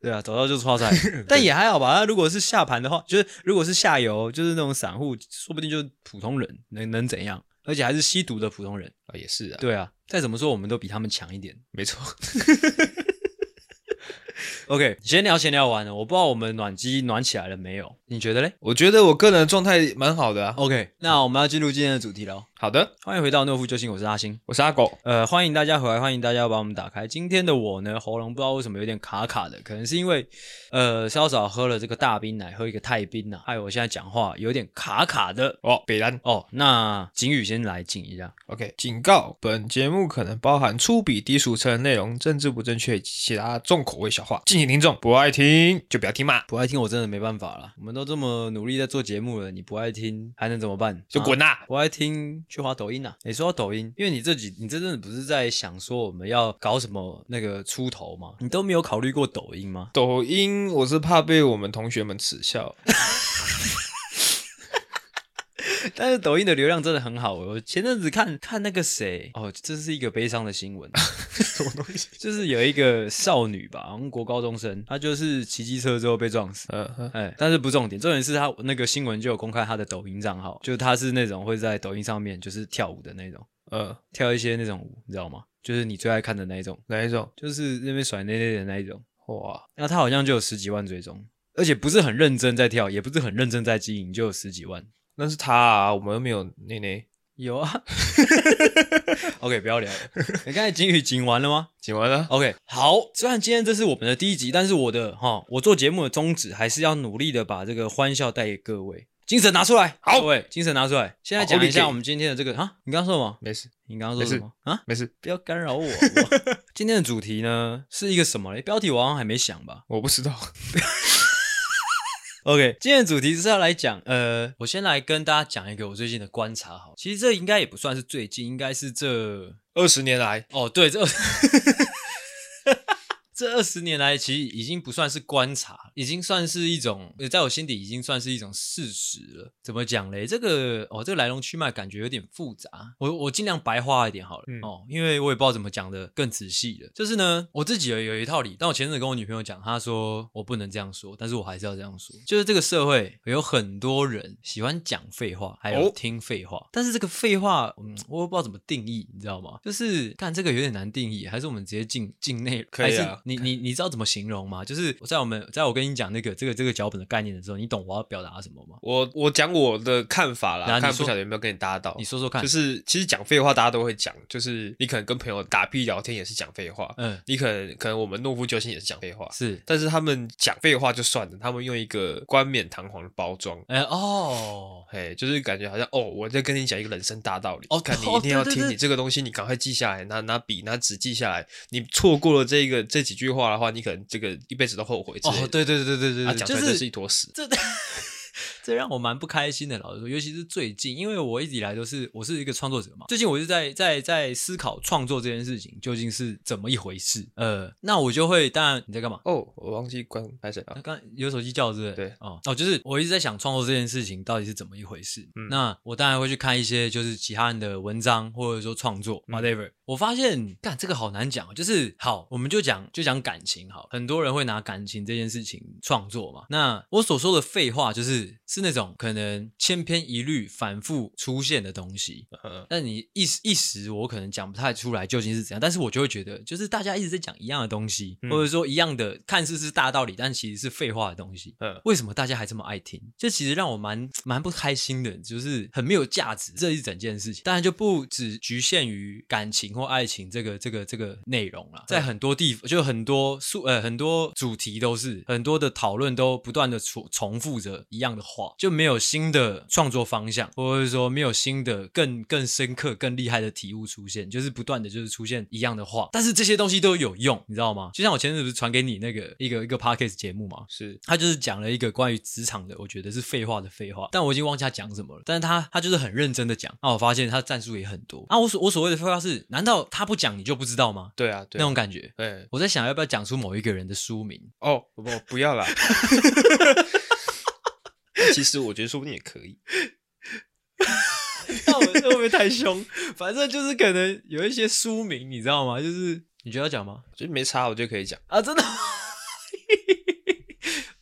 S2: 对啊，早到就是 (laughs) 超载，但也还好吧。那如果是下盘的话，就是如果是下游，就是那种散户，说不定就是普通人，能能怎样？而且还是吸毒的普通人。
S1: 啊，也是啊，
S2: 对啊，再怎么说我们都比他们强一点。
S1: 没错，
S2: OK，闲聊闲聊完了，我不知道我们暖机暖起来了没有？你觉得嘞
S1: 我觉得我个人的状态蛮好的啊。
S2: ？OK，那我们要进入今天的主题喽。
S1: 好的，
S2: 欢迎回到诺夫救星，我是阿星。
S1: 我是阿狗，
S2: 呃，欢迎大家回来，欢迎大家把我们打开。今天的我呢，喉咙不知道为什么有点卡卡的，可能是因为呃稍早喝了这个大冰奶，喝一个太冰奶、哎害我现在讲话有点卡卡的。
S1: 哦，北兰
S2: 哦，那景宇先来景一下。
S1: OK，警告：本节目可能包含粗鄙、低俗、成人内容、政治不正确以及其他重口味笑话，敬请听众不爱听就不要听嘛，
S2: 不爱听我真的没办法了，我们都这么努力在做节目了，你不爱听还能怎么办？
S1: 就
S2: 啊
S1: 滚啦、
S2: 我爱听去滑抖音啊。你、说到抖音，因为你这几你这阵子不是在想说我们要搞什么那个出头吗？你都没有考虑过抖音吗？ (laughs)
S1: 抖音我是怕被我们同学们耻笑，
S2: 但是抖音的流量真的很好，我前阵子看看那个谁哦，这是一个悲伤的新闻，
S1: (laughs) 什么东西？
S2: (laughs) 就是有一个少女吧，好像国高中生，她就是骑机车之后被撞死。
S1: 嗯哼，
S2: 哎，但是不重点，重点是她那个新闻就有公开她的抖音账号，就是她是那种会在抖音上面就是跳舞的那种，
S1: 嗯，
S2: 跳一些那种舞，你知道吗？就是你最爱看的那一种。
S1: 哪一种？
S2: 就是那边甩内内的那一种。
S1: 哇，
S2: 那他好像就有十几万追踪，而且不是很认真在跳，也不是很认真在经营，就有十几万。
S1: 那是他啊，我们又没有内内。
S2: 有啊 (laughs) ，OK，不要聊了。你刚才警语警完了吗
S1: 讲完了，
S2: ？OK，好。虽然今天这是我们的第一集，但是我的哈，我做节目的宗旨还是要努力的把这个欢笑带给各位。精神拿出来，
S1: 好
S2: 各位，精神拿出来。现在
S1: 好
S2: 讲一
S1: ，OK
S2: 下我们今天的这个啊，你刚刚说什么？
S1: 没事
S2: 你刚刚说什么啊？
S1: 没事，
S2: 不要干 (laughs) 扰我。好不好今天的主题呢是一个什么嘞？标题我好像还没想吧。
S1: 我不知道。
S2: (laughs) OK，今天的主题是要来讲，呃，我先来跟大家讲一个我最近的观察好了，其实这应该也不算是最近，应该是这
S1: 二十年来，
S2: 哦，对，这这二十年来，其实已经不算是观察，已经算是一种，呃在我心底已经算是一种事实了。怎么讲嘞？这个哦，这个来龙去脉感觉有点复杂，我我尽量白话一点好了、
S1: 嗯
S2: 哦，因为我也不知道怎么讲的更仔细了。就是呢，我自己有有一套理，但我前阵子跟我女朋友讲，她说我不能这样说，但是我还是要这样说。就是这个社会有很多人喜欢讲废话，还有
S1: 哦
S2: 听废话，但是这个废话，嗯，我也不知道怎么定义，你知道吗？就是看这个有点难定义，还是我们直接进进内容，
S1: 可以啊
S2: 还是你你你知道怎么形容吗？就是我在我们在我跟你讲那个这个这个脚本的概念的时候，你懂我要表达什么吗？
S1: 我我讲我的看法
S2: 然后
S1: 啦，
S2: 你
S1: 看不
S2: 说
S1: 晓得有没有跟你搭到
S2: 你。说说看，
S1: 就是其实讲废话大家都会讲，就是你可能跟朋友打屁聊天也是讲废话，
S2: 嗯，
S1: 你可能可能我们懦夫救星也是讲废话，
S2: 是，
S1: 但是他们讲废话就算了，他们用一个冠冕堂皇的包装，
S2: 哎、哦，
S1: 嘿，就是感觉好像哦，我在跟你讲一个人生大道理，
S2: 哦
S1: 看你
S2: 哦
S1: 一定要
S2: 对对
S1: 听，
S2: 对
S1: 你这个东西你赶快记下来，拿拿笔拿纸记下来，你错过了这个这几句话的话，你可能这个一辈子都后悔之类的。
S2: 哦，对对对对对
S1: 啊，
S2: 对，
S1: 讲出
S2: 就
S1: 来
S2: 是
S1: 真是一坨屎。
S2: 这 (laughs) 这让我蛮不开心的，老实说，尤其是最近，因为我一直以来都是我是一个创作者嘛，最近我是在在在思考创作这件事情究竟是怎么一回事。呃，那我就会，当然你在干嘛？
S1: 哦，我忘记关拍谁啊
S2: 那
S1: 了。
S2: 刚有手机叫是不是？
S1: 对
S2: 哦哦，就是我一直在想创作这件事情到底是怎么一回事。
S1: 嗯
S2: 那我当然会去看一些就是其他人的文章或者说创作
S1: 嗯
S2: whatever。我发现，干这个好难讲哦，就是好，我们就讲就讲感情好了，很多人会拿感情这件事情创作嘛。那我所说的废话，就是是那种可能千篇一律、反复出现的东西。
S1: 嗯
S2: 但你一时一时我可能讲不太出来究竟是怎样，但是我就会觉得，就是大家一直在讲一样的东西，
S1: 嗯
S2: 或者说一样的看似是大道理，但其实是废话的东西。
S1: 嗯，
S2: 为什么大家还这么爱听？这其实让我蛮蛮不开心的，就是很没有价值这一整件事情。当然就不只局限于感情或爱情这个这个这个内容了，在很多地方就很多数呃很多主题都是很多的讨论都不断的重重复着一样的话，就没有新的创作方向，或者说没有新的更更深刻、更厉害的体悟出现，就是不断的就是出现一样的话，但是这些东西都有用，你知道吗？就像我前阵子不是传给你那个一个一个 podcast 节目嘛，
S1: 是
S2: 他就是讲了一个关于职场的，我觉得是废话的废话，但我已经忘记他讲什么了。但是他他就是很认真的讲，那啊我发现他战术也很多。啊，我所我所谓的废话是，难道他不讲你就不知道吗？
S1: 对啊，
S2: 那
S1: 对啊。
S2: 种感觉。
S1: 哎，
S2: 我在想要不要讲出某一个人的书名，
S1: 哦，不不不要啦。其实我觉得说不定也可以。
S2: (laughs) 那我这会不会太 (laughs) 凶？反正就是可能有一些书名，你知道吗？就是你觉得要讲吗？
S1: 就没差，我就可以讲。
S2: 啊，真的。 (laughs)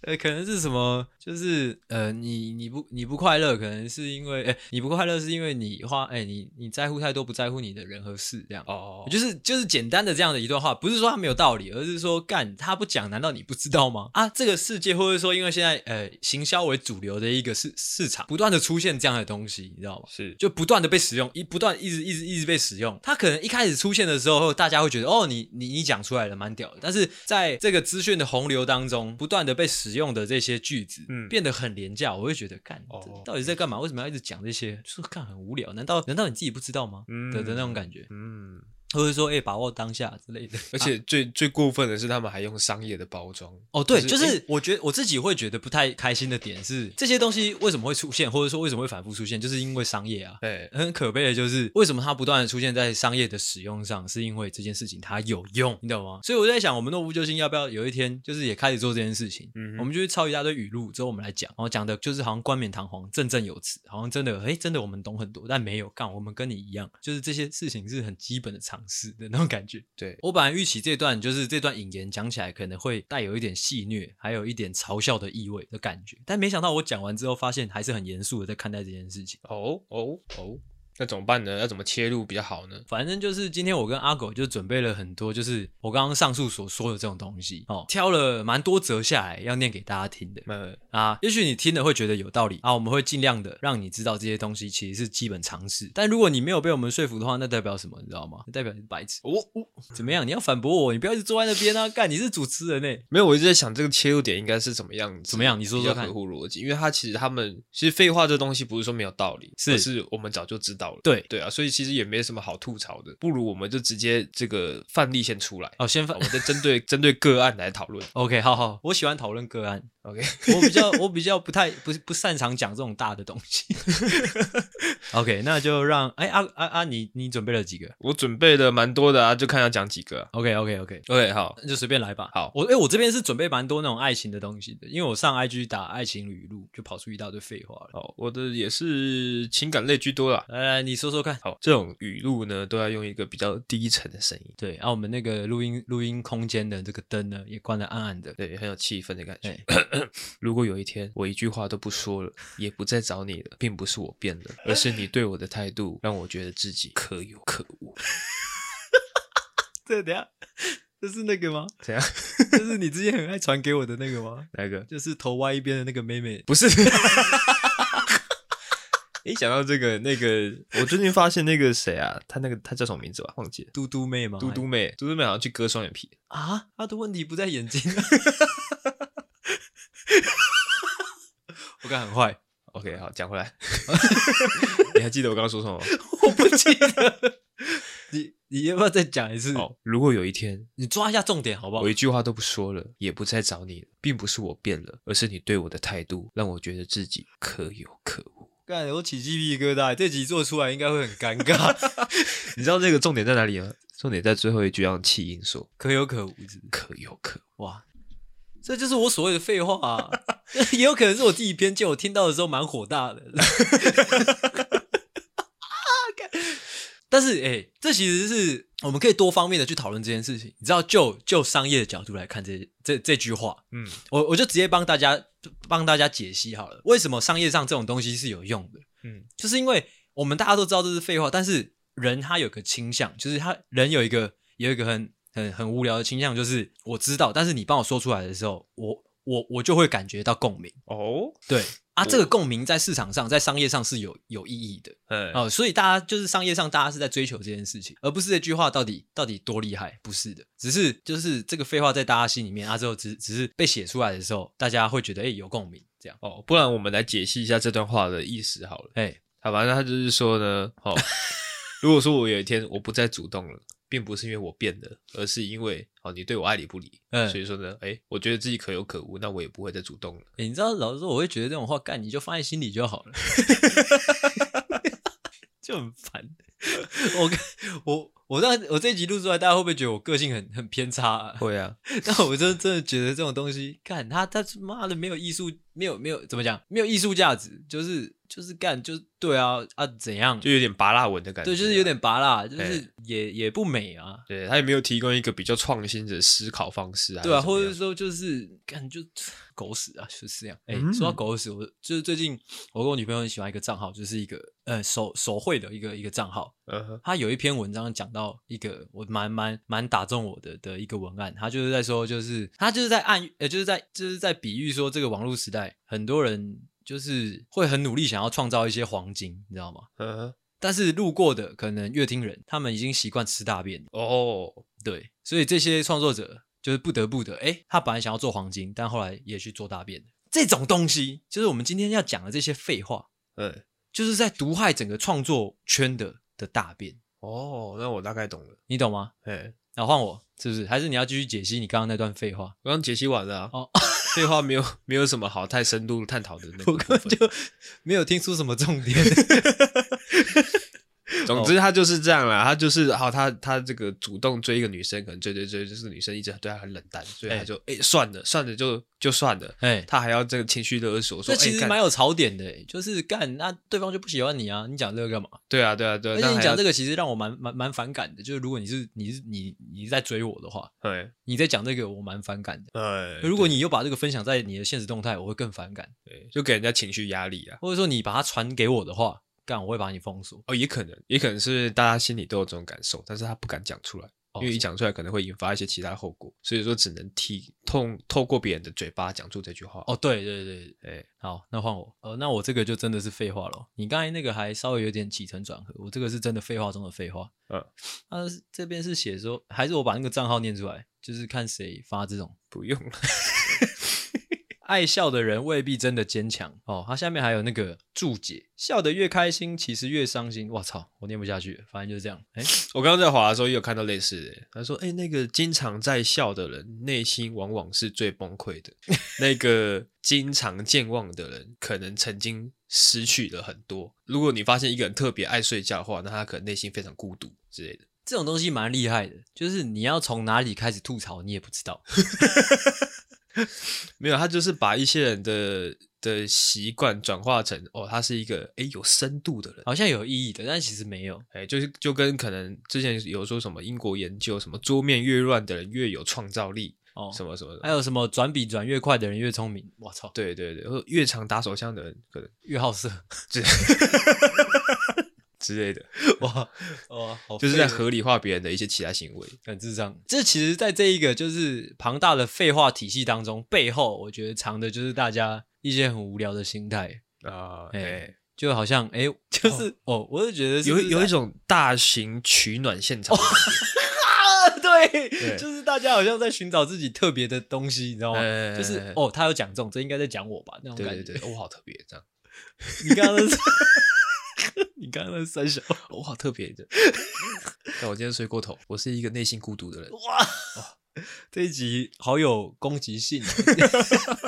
S2: 呃，可能是什么，就是呃，你你不你不快乐，可能是因为，哎、你不快乐是因为你花，哎、你你在乎太多不在乎你的人和事这样。
S1: 哦
S2: 就是就是简单的这样的一段话，不是说他没有道理，而是说干他不讲，难道你不知道吗？啊，这个世界或者说因为现在呃行销为主流的一个市市场，不断的出现这样的东西，你知道吗？
S1: 是
S2: 就不断的被使用，一不断一直一直一直被使用。它可能一开始出现的时候，大家会觉得哦，你你你讲出来了，蛮屌的。但是在这个资讯的洪流当中，不断的被使用的这些句子，
S1: 嗯
S2: 变得很廉价。我会觉得，干，
S1: 哦
S2: 这到底在干嘛？为什么要一直讲这些？就是干很无聊。难道难道你自己不知道吗？
S1: 嗯
S2: 的的那种感觉，
S1: 嗯，
S2: 或者说，哎、把握当下之类的。啊
S1: 而且最、最过分的是，他们还用商业的包装。
S2: 哦，对，
S1: 就
S2: 就是是我觉得我自己会觉得不太开心的点是，这些东西为什么会出现，或者说为什么会反复出现，就是因为商业啊。
S1: 哎，
S2: 很可悲的就是，为什么它不断的出现在商业的使用上，是因为这件事情它有用，你懂吗？所以我在想，我们诺夫救星要不要有一天就是也开始做这件事情？
S1: 嗯哼
S2: 我们就去抄一大堆语录之后，我们来讲，然后讲的就是好像冠冕堂皇、振振有词，好像真的，哎，真的我们懂很多，但没有干，我们跟你一样，就是这些事情是很基本的常识的那种感觉。
S1: 对，
S2: 我本来预期这段就是这段引言讲起来可能会带有一点戏谑，还有一点嘲笑的意味的感觉，但没想到我讲完之后，发现还是很严肃的在看待这件事情。
S1: 哦哦哦，那怎么办呢？要怎么切入比较好呢？
S2: 反正就是今天我跟阿狗就准备了很多，就是我刚刚上述所说的这种东西哦，挑了蛮多折下来要念给大家听的
S1: 呃，
S2: 啊。也许你听了会觉得有道理啊，我们会尽量的让你知道这些东西其实是基本常识。但如果你没有被我们说服的话，那代表什么？你知道吗？那代表你是白痴。
S1: 我、我
S2: 怎么样？你要反驳我？你不要一直坐在那边啊！干，你是主持人呢、欸
S1: 没有，我一直在想这个切入点应该是怎么样子，
S2: 怎么样你说
S1: 比
S2: 说
S1: 较
S2: 看
S1: 合乎逻辑，因为他其实他们其实废话这东西不是说没有道理，
S2: 是
S1: 而是我们早就知道了，
S2: 对
S1: 对啊，所以其实也没什么好吐槽的，不如我们就直接这个范例先出来，
S2: 哦，先反
S1: 我。们再针对 (laughs) 针对个案来讨论
S2: OK，好好，我喜欢讨论个案，
S1: ，OK，
S2: 我比较我比较不太不不擅长讲这种大的东西。OK，那就让哎啊啊啊，你你准备了几个
S1: 我准备了蛮多的啊，就看要讲几个啊、
S2: ？OK OK OK，
S1: OK，好，
S2: 那就随便来吧。
S1: 好
S2: 我哎、我这边是准备蛮多那种爱情的东西的，因为我上 IG 打爱情语录，就跑出一大堆废话了。
S1: 好，我的也是情感类居多啦。
S2: 来来，你说说看。
S1: 好，这种语录呢，都要用一个比较低沉的声音，
S2: 对，啊，我们那个录音录音空间的这个灯呢，也关得暗暗的。
S1: 对，很有气氛的感觉
S2: 对。
S1: (clears throat) 如果有一天我一句话都不说了，也不再找你了，并不是我变了，而是你对我的态度让我觉得自己可有可无。
S2: 这等下，这是那个吗？
S1: 怎样？
S2: 这是你之前很爱传给我的那个吗？
S1: 哪一个？
S2: 就是头歪一边的那个妹妹。
S1: 不是。 (laughs) 一想到这个，那个我最近发现那个谁啊，他那个他叫什么名字吧？忘记了。
S2: 嘟嘟妹吗？
S1: 嘟嘟妹，嘟嘟妹好像去割双眼皮，
S2: 啊，他的问题不在眼睛。 (laughs) 我刚很坏，
S1: OK，好，讲回来， (laughs) 你还记得我刚刚说什么吗？
S2: (laughs) 我不记得。 (laughs) 你你要不要再讲一次？
S1: 哦，如果有一天
S2: 你抓一下重点好不好
S1: 我？一句话都不说了，也不再找你了，并不是我变了，而是你对我的态度让我觉得自己可有可无。
S2: (laughs) 干，我起鸡皮疙瘩，这集做出来应该会很尴尬，
S1: 你知道这个重点在哪里吗？重点在最后一句，让气音说
S2: (laughs) 可有可无之。
S1: 可有可无。
S2: 哇，这就是我所谓的废话、 (laughs) 啊，也有可能是我自己偏见，我听到的时候蛮火大的。 (laughs) 啊，干但是哎、这其实是我们可以多方面的去讨论这件事情。你知道就，就商业的角度来看这这这句话，
S1: 嗯，
S2: 我我就直接帮大家帮大家解析好了，为什么商业上这种东西是有用的？
S1: 嗯，
S2: 就是因为我们大家都知道这是废话，但是人他有个倾向，就是他人有一个有一个很很很无聊的倾向，就是我知道，但是你帮我说出来的时候，我我我就会感觉到共鸣。
S1: 哦，
S2: 对啊，
S1: 我
S2: 这个共鸣在市场上，在商业上是有有意义的
S1: 嗯，
S2: 啊、所以大家就是商业上大家是在追求这件事情，而不是这句话到底到底多厉害，不是的，只是就是这个废话在大家心里面啊，之后只只是被写出来的时候，大家会觉得哎、有共鸣这样，
S1: 哦，不然我们来解析一下这段话的意思好了。
S2: 哎、
S1: 好吧，那他就是说呢，
S2: (laughs)
S1: 哦，如果说我有一天我不再主动了，并不是因为我变了，而是因为哦你对我爱理不理，
S2: 嗯
S1: 所以说呢，哎，我觉得自己可有可无，那我也不会再主动了。
S2: 欸你知道，老实说，我会觉得这种话干，你就放在心里就好了， (laughs) 就很烦。我跟我我让我这一集录出来，大家会不会觉得我个性很很偏差、啊？ (laughs)
S1: 会啊，
S2: 但我真的真的觉得这种东西，干他他妈的没有艺术没有没有怎么讲，没有艺术价值，就是就是干就是对啊啊怎样？
S1: 就有点拔蜡文的感觉、啊
S2: 对，就是有。点拔辣，就是也也不美啊，
S1: 对他也没有提供一个比较创新的思考方式啊，
S2: 对啊，
S1: 还是怎么
S2: 或
S1: 样
S2: 者说就是感觉狗屎啊，就是这样。哎、
S1: 嗯
S2: 说到狗屎，我就是最近我跟我女朋友很喜欢一个账号，就是一个呃手手绘的一个一个账号，
S1: 嗯哼
S2: 他有一篇文章讲到一个我蛮蛮蛮打中我的的一个文案，他就是在说，就是他就是在暗喻呃，就是在就是在比喻说这个网络时代，很多人就是会很努力想要创造一些黄金，你知道吗？
S1: 嗯哼，
S2: 但是路过的可能乐听人，他们已经习惯吃大便了，
S1: 哦，
S2: 对，所以这些创作者就是不得不的，诶，他本来想要做黄金，但后来也去做大便这种东西就是我们今天要讲的这些废话，
S1: 嗯，
S2: 就是在毒害整个创作圈的的大便，
S1: 哦，那我大概懂了，
S2: 你懂吗？
S1: 哎，
S2: 然后换我是不是？还是你要继续解析你刚刚那段废话？
S1: 我刚解析完了啊，
S2: 哦，
S1: 废话没有没有什么好太深入探讨的那个
S2: 我
S1: 部
S2: 根
S1: 分，
S2: 本就 (laughs) 没有听出什么
S1: (laughs)
S2: 重点。哦
S1: 总之他就是这样啦，他就是好，他他这个主动追一个女生，可能追追追，就是女生一直对他很冷淡，所以他就哎、算了算了就就算了，
S2: 哎，
S1: 他还要这个情绪勒索说，
S2: 这
S1: 哎、
S2: 其实
S1: 干
S2: 蛮有槽点的欸，就是干那对方就不喜欢你啊，你讲这个干嘛？
S1: 对啊对啊对啊，
S2: 而且
S1: 那
S2: 你
S1: 还
S2: 讲
S1: 要
S2: 这个其实让我蛮蛮蛮反感的，就是如果你是你是你你在追我的话，
S1: 哎
S2: 你在讲这个我蛮反感的。
S1: 哎，
S2: 如果你又把这个分享在你的现实动态，我会更反感。
S1: 对就给人家情绪压力啊。
S2: 或者说你把它传给我的话，干我会把你封锁。
S1: 哦，也可能，也可能是大家心里都有这种感受，但是他不敢讲出来，
S2: 哦
S1: 因为一讲出来可能会引发一些其他后果，所以说只能替透透过别人的嘴巴讲出这句话。
S2: 哦，对对对，对
S1: 哎，
S2: 好，那换我。呃，那我这个就真的是废话了。你刚才那个还稍微有点起承转合，我这个是真的废话中的废话。 (sniffs)
S1: 嗯，
S2: 他、这边是写说，还是我把那个账号念出来，就是看谁发这种。
S1: 不用了，
S2: 爱笑的人未必真的坚强哦。他下面还有那个注解：笑得越开心，其实越伤心。我操，我念不下去了，反正就是这样。哎，
S1: 我刚刚在滑的时候也有看到类似的，他说：“哎、那个经常在笑的人，内心往往是最崩溃
S2: (laughs)
S1: 的；那个经常健忘的人，可能曾经失去了很多。如果你发现一个人特别爱睡觉的话，那他可能内心非常孤独之类的。
S2: 这种东西蛮厉害的，就是你要从哪里开始吐槽，你也不知道。 (laughs)
S1: 没有，他就是把一些人的的习惯转化成哦，他是一个哎有深度的人。”
S2: 好像有意义的，但其实没有。
S1: 哎，就是就跟可能之前有说什么英国研究什么桌面越乱的人越有创造力，
S2: 哦，
S1: 什么什么的，
S2: 还有什么转笔转越快的人越聪明？我操，
S1: 对对对，或越常打手枪的人可能
S2: 越
S1: (laughs)
S2: 好色。
S1: 之类的，
S2: 哇哇， (laughs) 好
S1: 就是
S2: 废
S1: 在
S2: 哦
S1: 合理化别人的一些其他行为。
S2: 很智障。这其实，在这一个就是庞大的废话体系当中，背后我觉得藏的就是大家一些很无聊的心态，
S1: 啊，
S2: 哎
S1: 哎，
S2: 就好像哎、
S1: (laughs)
S2: 就是哦我就觉得是
S1: 有
S2: 不是
S1: 有
S2: 在
S1: 一种大型取暖现场的感
S2: 啊，对，
S1: 对
S2: 就是大家好像在寻找自己特别的东西，你知道吗？
S1: 哎
S2: 就是哦，他有讲中，这应该在讲我吧？那种
S1: 觉，
S2: 感
S1: 对
S2: 觉。
S1: 对对，哦我好特别这样，
S2: (laughs) 你刚刚那是你刚刚那是三小，
S1: 我好特别的。但我今天睡过头，我是一个内心孤独的人。
S2: 这一集好有攻击性。哦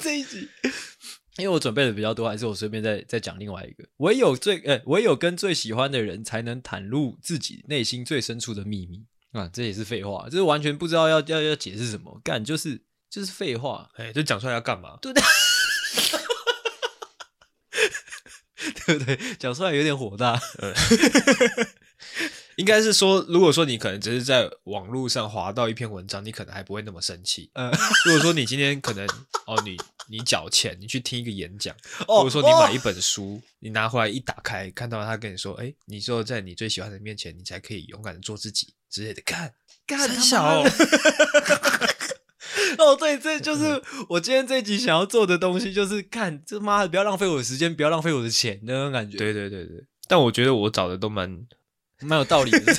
S2: 这一集， (laughs) 因为我准备的比较多，还是我随便再再讲另外一个。唯有最呃，唯有跟最喜欢的人，才能袒露自己内心最深处的秘密啊！这也是废话，这是完全不知道要要要解释什么，干就是就是废话，
S1: 哎，就讲出来要干嘛？
S2: 对不对？讲出来有点火大。
S1: 应该是说，如果说你可能只是在网络上划到一篇文章，你可能还不会那么生气。
S2: 嗯
S1: 如果说你今天可能哦，你你缴钱，你去听一个演讲，或
S2: 哦
S1: 者说你买一本书，你拿回来一打开，看到他跟你说，哎，你只有在你最喜欢的面前，你才可以勇敢的做自己之类的。看，
S2: 干
S1: 三
S2: 他
S1: 小
S2: 妈的 (laughs) 哦，对，这就是我今天这一集想要做的东西，就是看这妈的不要浪费我的时间，不要浪费我的钱那种感觉。
S1: 对对对对。但我觉得我找的都蛮，
S2: 蛮有道理 (laughs) 的。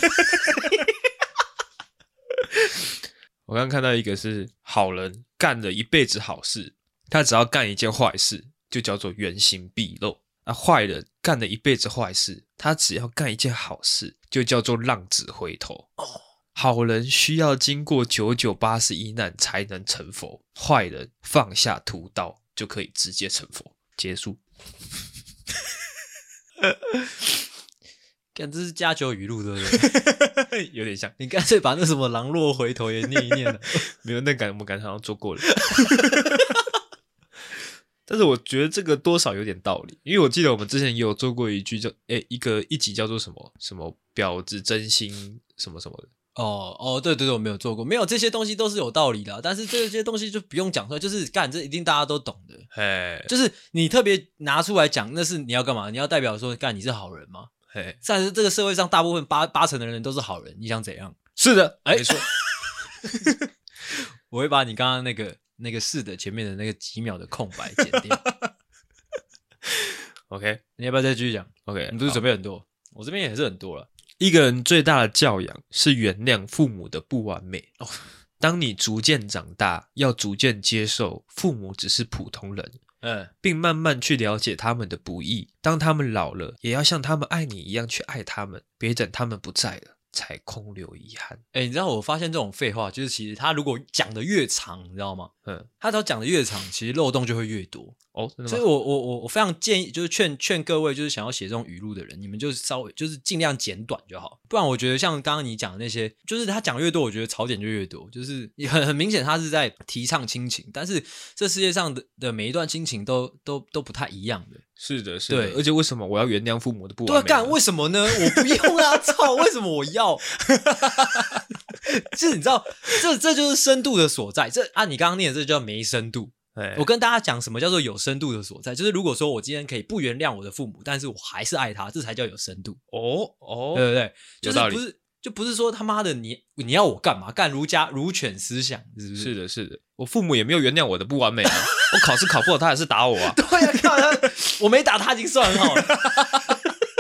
S1: 我刚刚看到一个是好人干了一辈子好事，他只要干一件坏事，就叫做原形毕露。啊，坏人干了一辈子坏事，他只要干一件好事，就叫做浪子回头。好人需要经过九九八十一难才能成佛，坏人放下屠刀就可以直接成佛。结束。 (laughs)
S2: 看，这是加酒语录，对不对？ (laughs)
S1: 有点像，
S2: 你干脆把那什么“狼若回头”也念一念了。
S1: 没有那感，我们感觉好像做过了。 (laughs) 但是我觉得这个多少有点道理，因为我记得我们之前也有做过一句叫诶、一个一集叫做什么什么婊子真心什么什么的，
S2: 哦哦，对对对，我没有做过，没有这些东西都是有道理的啊、但是这些东西就不用讲出来，就是干这一定大家都懂的，
S1: 嘿
S2: 就是你特别拿出来讲，那是你要干嘛？你要代表说干你是好人吗？
S1: 嘿，
S2: 但是这个社会上大部分八八成的人都是好人，你想怎样？
S1: 是的，哎，没错，
S2: 我会把你刚刚那个那个是的前面的那个几秒的空白剪掉。 (laughs)
S1: OK
S2: 你要不要再继续讲？
S1: OK，
S2: 你不是准备很多？哎我这边也是很多了。
S1: 一个人最大的教养是原谅父母的不完美。当你逐渐长大，要逐渐接受父母只是普通人，
S2: 嗯，
S1: 并慢慢去了解他们的不易。当他们老了，也要像他们爱你一样去爱他们，别等他们不在了才空留遗憾。
S2: 哎、你知道我发现这种废话，就是其实他如果讲的越长，你知道吗？
S1: 嗯，
S2: 他只要讲的越长，其实漏洞就会越多。
S1: 哦，真
S2: 所
S1: 的
S2: 以
S1: 吗？
S2: 我我我我非常建议，就是劝劝各位，就是想要写这种语录的人，你们就是稍微就是尽量简短就好，不然我觉得像刚刚你讲的那些，就是他讲越多，我觉得槽点就越多，就是也很很明显他是在提倡亲情，但是这世界上的的每一段亲情都都都不太一样的。
S1: 是的，是
S2: 的
S1: 而且为什么我要原谅父母的不
S2: 对啊，
S1: 完美呢？
S2: 干为什么呢？我不用啊！操，为什么我要？ (laughs) 就是你知道，这这就是深度的所在。这啊，你刚刚念的这叫没深度。
S1: 哎
S2: 我跟大家讲什么叫做有深度的所在，就是如果说我今天可以不原谅我的父母，但是我还是爱他，这才叫有深度，
S1: 哦哦，
S2: 对不对？就
S1: 有
S2: 是
S1: 道理
S2: 不是就不是说他妈的你你要我干嘛？干儒家儒犬思想是不是？
S1: 是的，是的，我父母也没有原谅我的不
S2: (laughs)
S1: 完美啊。我考试考不好，他还是打我啊。
S2: 对呀、靠他， (laughs) 我没打他已经算很好了。
S1: (laughs)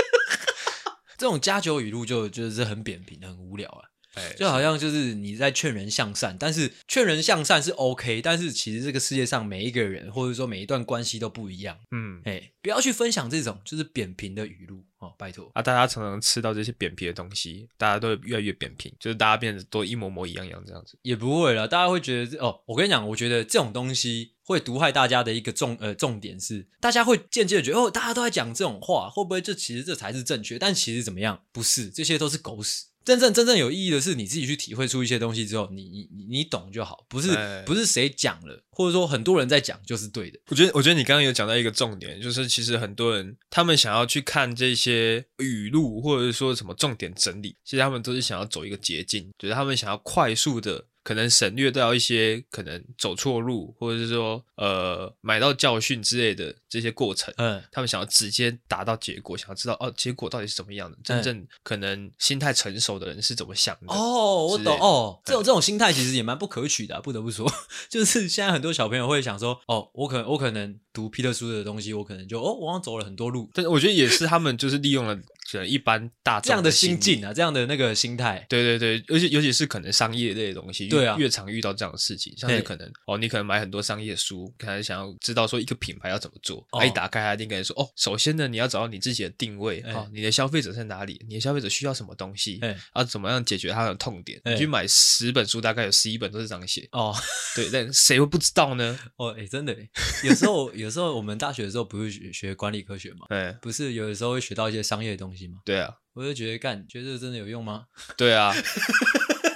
S2: 这种加酒语录就就是很扁平，很无聊啊。
S1: 哎
S2: 就好像就是你在劝人向善，但是劝人向善是 OK，但是其实这个世界上每一个人或者说每一段关系都不一样，
S1: 嗯
S2: 哎、不要去分享这种就是扁平的语录哦，拜托。
S1: 啊，大家常常吃到这些扁平的东西，大家都越来越扁平，就是大家变得都一模模一样样这样子。
S2: 也不会了，大家会觉得哦，我跟你讲，我觉得这种东西会毒害大家的一个重呃重点是，大家会间接的觉得哦，大家都在讲这种话，会不会这其实这才是正确？但其实怎么样？不是，这些都是狗屎。真正真正有意义的是，你自己去体会出一些东西之后，你你你你懂就好，不是
S1: 哎
S2: 不是谁讲了，或者说很多人在讲就是对的。
S1: 我觉得，我觉得你刚刚有讲到一个重点，就是其实很多人他们想要去看这些语录，或者是说什么重点整理，其实他们都是想要走一个捷径，就是他们想要快速的，可能省略掉一些可能走错路，或者是说呃买到教训之类的这些过程。
S2: 嗯，
S1: 他们想要直接达到结果，想要知道哦，结果到底是怎么样的？真正可能心态成熟的人是怎么想的？
S2: 嗯哦，我
S1: 之类
S2: 懂
S1: 的
S2: 哦，这种这种心态其实也蛮不可取的啊、不得不说， (laughs) 就是现在很多小朋友会想说，哦，我可能我可能读皮特书的东西，我可能就哦，我好像走了很多路，
S1: 但是我觉得也是他们就是利用了可能一般大众
S2: 这样的
S1: 心
S2: 心境啊，这样的那个心态，
S1: 对对对，而且尤其是可能商业类的东西，
S2: 对啊
S1: 越越常遇到这样的事情，像是
S2: 对
S1: 可能哦，你可能买很多商业书，可能想要知道说一个品牌要怎么做，
S2: 哦
S1: 啊，一打开它一定跟你说，哦，首先呢，你要找到你自己的定位，
S2: 哎
S1: 哦，你的消费者在哪里，你的消费者需要什么东西，
S2: 哎
S1: 啊，怎么样解决他的痛点？
S2: 哎
S1: 你去买十本书，大概有十一本都是这样写，
S2: 哦
S1: 对，但谁会不知道呢？
S2: 哦，哎、真的耶，有时候有时候我们大学的时候不是学学管理科学嘛，
S1: 哎，
S2: 不是有的时候会学到一些商业的东西嘛，
S1: 对啊，
S2: 我就觉得干，觉得真的有用吗？
S1: 对啊，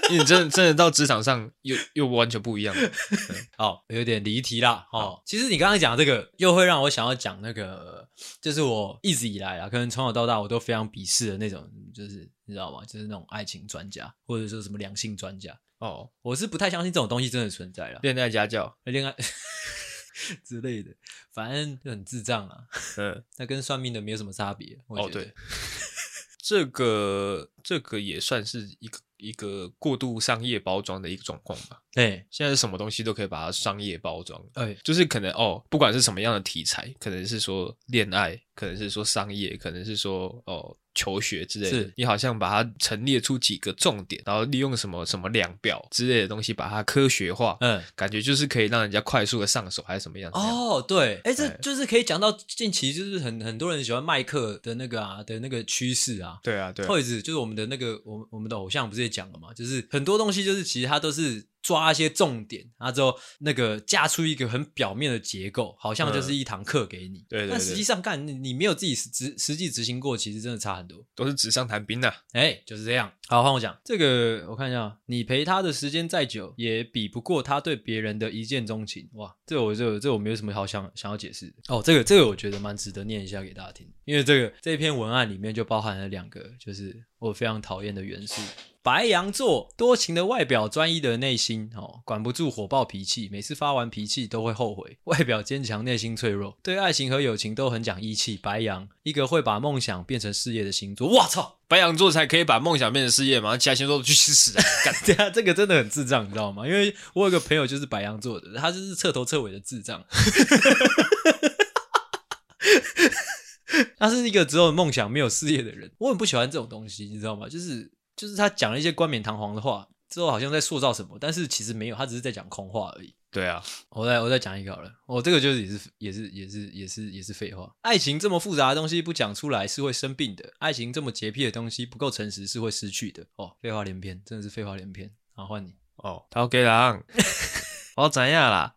S1: 因为你真的真的到职场上又又完全不一样了，
S2: 哦，有点离题啦。哦，其实你刚刚讲的这个，又会让我想要讲那个，就是我一直以来啊，可能从小到大我都非常鄙视的那种，就是你知道吗？就是那种爱情专家，或者说什么两性专家，
S1: 哦，
S2: 我是不太相信这种东西真的存在啦。
S1: 恋爱家教，
S2: 恋爱 (laughs) 之类的，反正就很智障啊，
S1: 嗯。
S2: 那跟算命的没有什么差别。我
S1: 哦，
S2: 觉得
S1: 对，， (laughs) 这个这个也算是一个一个过度商业包装的一个状况吧。
S2: 哎
S1: 现在是什么东西都可以把它商业包装，
S2: 哎
S1: 就是可能哦，不管是什么样的题材，可能是说恋爱，可能是说商业，可能是说哦求学之类的
S2: 是，
S1: 你好像把它陈列出几个重点，然后利用什么什么量表之类的东西把它科学化，
S2: 嗯。
S1: 感觉就是可以让人家快速的上手，还是什么样子？
S2: 哦，对，哎，这
S1: 哎
S2: 就是可以讲到近期，就是很很多人喜欢麦克的那个啊的那个趋势啊，
S1: 对啊，对啊
S2: Toys 就是我们的那个，我们我们的偶像不是也讲了嘛，就是很多东西就是其实它都是抓一些重点，然后之后那个架出一个很表面的结构，好像就是一堂课给你。
S1: 嗯对对
S2: 但
S1: 对
S2: 实际上干你你没有自己实执实际执行过，其实真的差很多。
S1: 都是纸上谈兵啊呐、
S2: 哎，就是这样。好，换我讲这个，我看一下啊，你陪他的时间再久，也比不过他对别人的一见钟情。哇，这我这这我没有什么好想想要解释的。哦，这个这个我觉得蛮值得念一下给大家听，因为这个这篇文案里面就包含了两个，就是我非常讨厌的元素。白羊座多情的外表，专一的内心，哦，管不住火爆脾气，每次发完脾气都会后悔。 (laughs) 外表坚强，内心脆弱，对爱情和友情都很讲义气。白羊，一个会把梦想变成事业的星座。哇操！
S1: 白羊座才可以把梦想变成事业嘛，其他星座都去吃
S2: (laughs)
S1: 屎啊！干
S2: 对啊，这个真的很智障，你知道吗？因为我有个朋友就是白羊座的，他就是彻头彻尾的智障。他是一个只有梦想没有事业的人，我很不喜欢这种东西，你知道吗？就是就是他讲了一些冠冕堂皇的话之后，好像在塑造什么，但是其实没有，他只是在讲空话而已。
S1: 对啊，
S2: 我再我再讲一个好了，我、这个就是也是也是也是也是也是废话。爱情这么复杂的东西不讲出来是会生病的，爱情这么洁癖的东西不够诚实是会失去的。哦，废话连篇，真的是废话连篇。好，换你。
S1: 哦，头家人，我知影啦。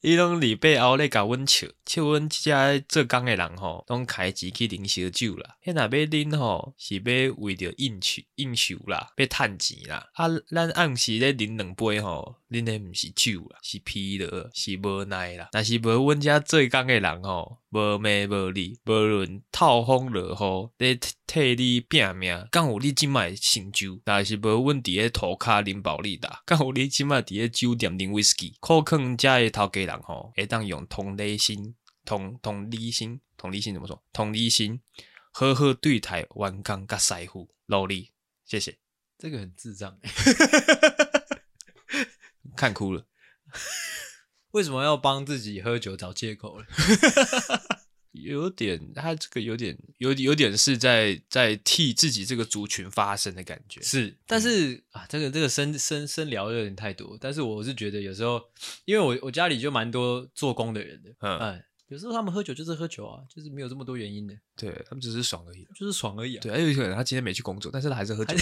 S1: 伊拢礼拜后咧甲阮笑，笑阮即遮浙江诶人吼，拢开钱去啉烧酒啦。迄若要啉吼，是要为着应酬应酬啦，要趁钱啦。啊，咱暗时咧啉两杯吼，啉诶毋是酒啦，是啤的，是无奈啦。但是无阮遮浙江诶人吼，无骂无理，无论透风落雨，咧替你拼命，敢有你即卖成就，但是无阮伫咧涂骹啉保利达，敢有你即卖伫咧酒店啉 whisky，靠坑遮诶头家人吼，会当用同理心、同同理心、同理心怎么说？同理心，好好对待员工甲师傅，努力，谢谢，
S2: 这个很智障，欸
S1: 看哭了。
S2: (laughs) 为什么要帮自己喝酒找借口呢？
S1: 有点，他这个有点，有有点是在在替自己这个族群发声的感觉。
S2: 是，但
S1: 嗯
S2: 是、啊，这个这个深深深聊的有点太多，但是我是觉得有时候，因为我我家里就蛮多做工的人的，
S1: 嗯
S2: 哎有时候他们喝酒就是喝酒啊，就是没有这么多原因的，
S1: 对他们只是爽而已。
S2: 就是爽而已、啊。
S1: 对，还有一个人，他今天没去工作，但是他还是喝酒。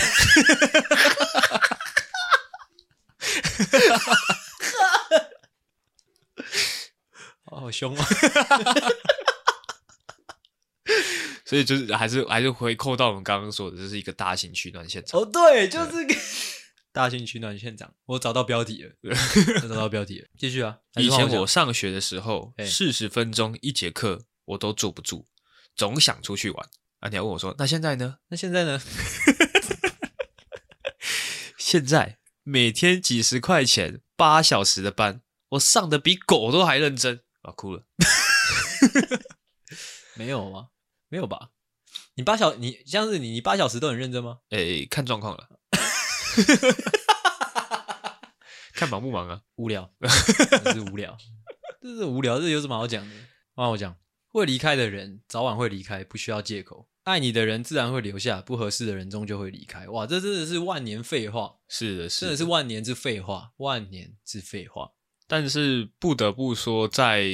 S2: 哦，
S1: (laughs)
S2: 好凶啊！
S1: 所以就是还是还是回扣到我们刚刚说的，这是一个大型取暖现场。
S2: 哦，对，就是个大型取暖现场，我找到标题了，我找到标题了，继续啊。还
S1: 以
S2: 是换
S1: 前
S2: 讲
S1: 我上学的时候，
S2: 哎
S1: 四十分钟一节课我都坐不住，总想出去玩。啊，你还问我说，那现在呢？ (laughs)
S2: 那现在呢？
S1: 现在每天几十块钱，八小时的班，我上的比狗都还认真啊，哭了。
S2: 没有
S1: 啊
S2: 吗？没有吧？你八小你这样子你你八小时都很认真吗？
S1: 诶，哎看状况了， (laughs) 看忙不忙啊？
S2: 无 (laughs) 聊，真的是无聊，这是无聊，这有什么好讲的？让我讲，会离开的人早晚会离开，不需要借口。爱你的人自然会留下，不合适的人终究会离开。哇，这真的是万年废话，
S1: 是的，是
S2: 真的是万年之废话，万年之废话。
S1: 但是不得不说，在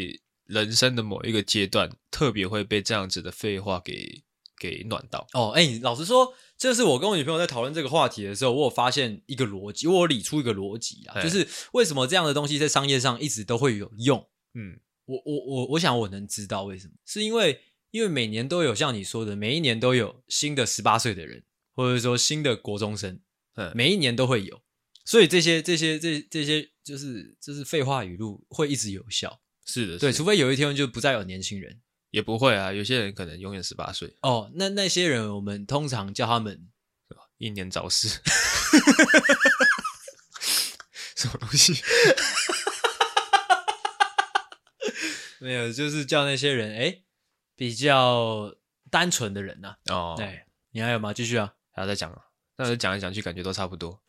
S1: 人生的某一个阶段，特别会被这样子的废话给给暖到。
S2: 哦，哎、老实说，这是我跟我女朋友在讨论这个话题的时候，我有发现一个逻辑，我有理出一个逻辑啊，
S1: 哎
S2: 就是为什么这样的东西在商业上一直都会有用。
S1: 嗯，
S2: 我我我我想我能知道为什么，是因为因为每年都有像你说的，每一年都有新的十八岁的人，或者说新的国中生，
S1: 嗯
S2: 每一年都会有，所以这些这些这这些就是就是废话语录会一直有效，
S1: 是的，
S2: 对，
S1: 是的
S2: 除非有一天就不再有年轻人
S1: 也不会啊。有些人可能永远十八岁，
S2: 哦，那那些人我们通常叫他们
S1: 英年早逝。 (laughs) 什么东西？
S2: 没有，就是叫那些人哎比较单纯的人呐、
S1: 哦，
S2: 啊，，对，你还有吗？继续啊。
S1: 还要再讲啊。但是讲来讲去，感觉都差不多。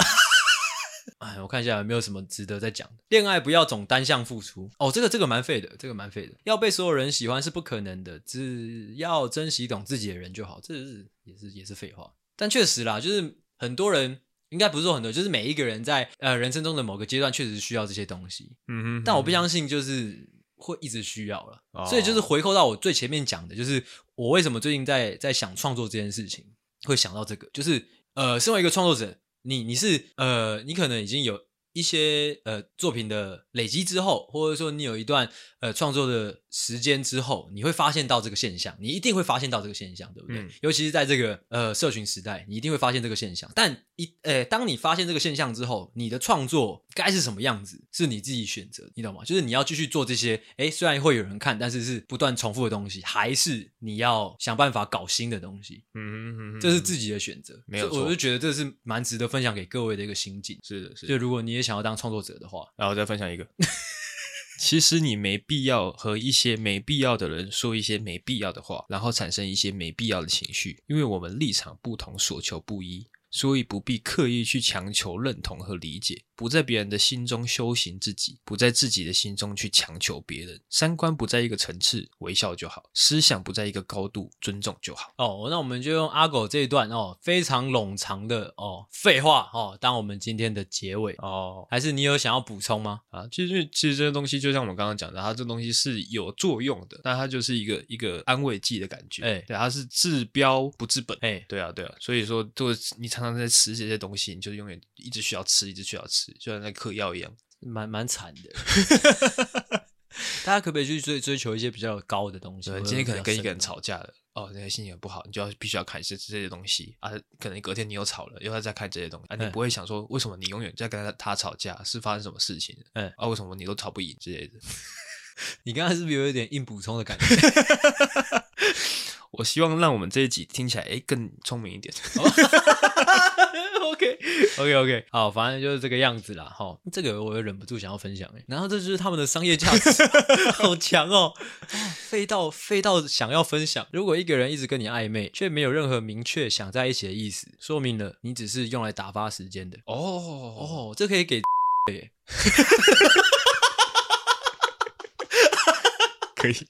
S2: 哎，我看一下有没有什么值得再讲的。恋爱不要总单向付出哦，这个这个蛮废的，这个蛮废的。要被所有人喜欢是不可能的，只要珍惜懂自己的人就好。这是也是也是废话，但确实啦，就是很多人应该不是说很多，就是每一个人在呃人生中的某个阶段确实需要这些东西，
S1: 嗯哼
S2: 但我不相信就是会一直需要了。
S1: 哦
S2: 所以就是回扣到我最前面讲的，就是我为什么最近在在想创作这件事情，会想到这个，就是呃，身为一个创作者，你你是呃，你可能已经有一些呃作品的累积之后，或者说你有一段呃创作的时间之后，你会发现到这个现象，你一定会发现到这个现象，对不对？
S1: 嗯
S2: 尤其是在这个呃社群时代，你一定会发现这个现象。但一呃，当你发现这个现象之后，你的创作该是什么样子，是你自己选择，你懂吗？就是你要继续做这些，哎，虽然会有人看，但是是不断重复的东西，还是你要想办法搞新的东西，
S1: 嗯，
S2: 这是自己的选择。
S1: 没有
S2: 所以我
S1: 错
S2: 就觉得这是蛮值得分享给各位的一个心境。
S1: 是的，是的。
S2: 就如果你也想要当创作者的话，
S1: 然后再分享一个。 (laughs) 其实你没必要和一些没必要的人说一些没必要的话，然后产生一些没必要的情绪，因为我们立场不同，所求不一，所以不必刻意去强求认同和理解，不在别人的心中修行自己，不在自己的心中去强求别人，三观不在一个层次，微笑就好；思想不在一个高度，尊重就好。
S2: 哦，那我们就用阿狗这一段哦非常冗长的哦废话哦当我们今天的结尾。
S1: 哦，
S2: 还是你有想要补充吗？
S1: 啊，其实其实这些东西就像我们刚刚讲的，它这东西是有作用的，但它就是一个一个安慰剂的感觉。
S2: 哎
S1: 对，它是治标不治本。
S2: 哎、
S1: 对啊，对啊，所以说，就是你常常在吃这些东西，你就永远一直需要吃，一直需要吃，就像在嗑药一样。
S2: 蛮蛮惨
S1: (laughs)
S2: 的。大家可不可以去追追求一些比较高的东西？
S1: 对，
S2: 或者
S1: 今天可能
S2: 比较
S1: 跟一
S2: 深
S1: 个人
S2: 的东西
S1: 吵架了，哦，那个心情很不好，你就要必须要看一些这些东西啊。可能隔天你又吵了，又要再看这些东西啊，你
S2: 嗯
S1: 不会想说为什么你永远在跟他他吵架，是发生什么事情？
S2: 嗯
S1: 啊，为什么你都吵不赢之类的？
S2: 你刚刚是不是有一点硬补充的感觉？
S1: 我希望让我们这一集听起来诶更聪明一点。
S2: (laughs) OK OK OK，好，反正就是这个样子啦。哈，这个我也忍不住想要分享哎、然后这就是他们的商业价值， (laughs) 好强哦，哦废到废到想要分享。如果一个人一直跟你暧昧，却没有任何明确想在一起的意思，说明了你只是用来打发时间的。
S1: 哦哦，
S2: 哦，这可以给
S1: 可以，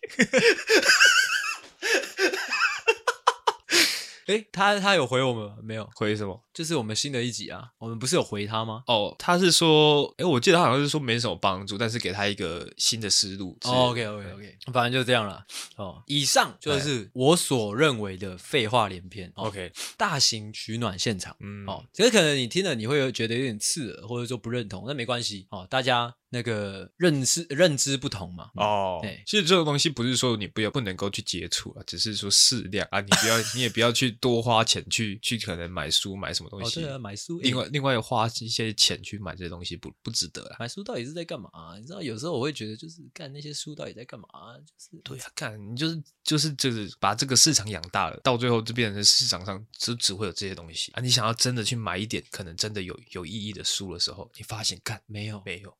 S2: 哎，他他有回我们吗没有？
S1: 回什么？
S2: 就是我们新的一集啊，我们不是有回他吗？
S1: 哦，他是说，哎，我记得他好像是说没什么帮助，但是给他一个新的思路之类的。
S2: 哦、OK OK OK，反哎正就这样了。哦，以上就是我所认为的废话连篇。哦
S1: OK，
S2: 大型取暖现场。
S1: 嗯，
S2: 哦，这个可能你听了你会有觉得有点刺耳，或者说不认同，那没关系哦，大家那个认识认知不同嘛。
S1: 哦
S2: 对，
S1: 其实这种东西不是说你不要不能够去接触啊，只是说适量啊，你不要你也不要去多花钱去 (laughs) 去可能买书买什么东
S2: 哦，
S1: 西，
S2: 对啊，买书，
S1: 另
S2: 诶
S1: 外另外花一些钱去买这些东西不不值得啊啦。
S2: 买书到底是在干嘛、啊你知道有时候我会觉得就是干那些书到底在干嘛、就是
S1: 对啊，看你就是就是就是把这个市场养大了，到最后就变成市场上只只会有这些东西啊。你想要真的去买一点可能真的有有意义的书的时候，你发现看
S2: 没有
S1: 没有，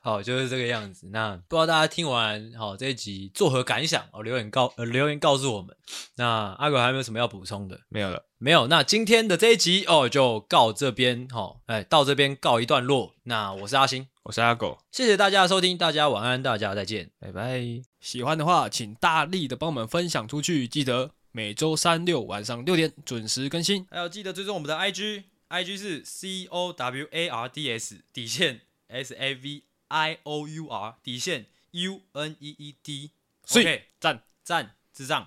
S2: 好，就是这个样子。那不知道大家听完好、这一集作何感想？哦，留言告呃留言告诉我们。那阿狗还有没有什么要补充的？
S1: 没有了。
S2: 没有。那今天的这一集哦，就告这边哦，哎，到这边告一段落。那我是阿星，
S1: 我是阿狗，
S2: 谢谢大家的收听，大家晚安，大家再见。
S1: 拜拜。喜欢的话，请大力的帮我们分享出去，记得每周三六晚上六点准时更新。
S2: 还有记得追踪我们的 IG，IG 是 C O W A R D S 底线 S A V I O U R 底线 U N E E D，
S1: 所以赞。
S2: 赞智障。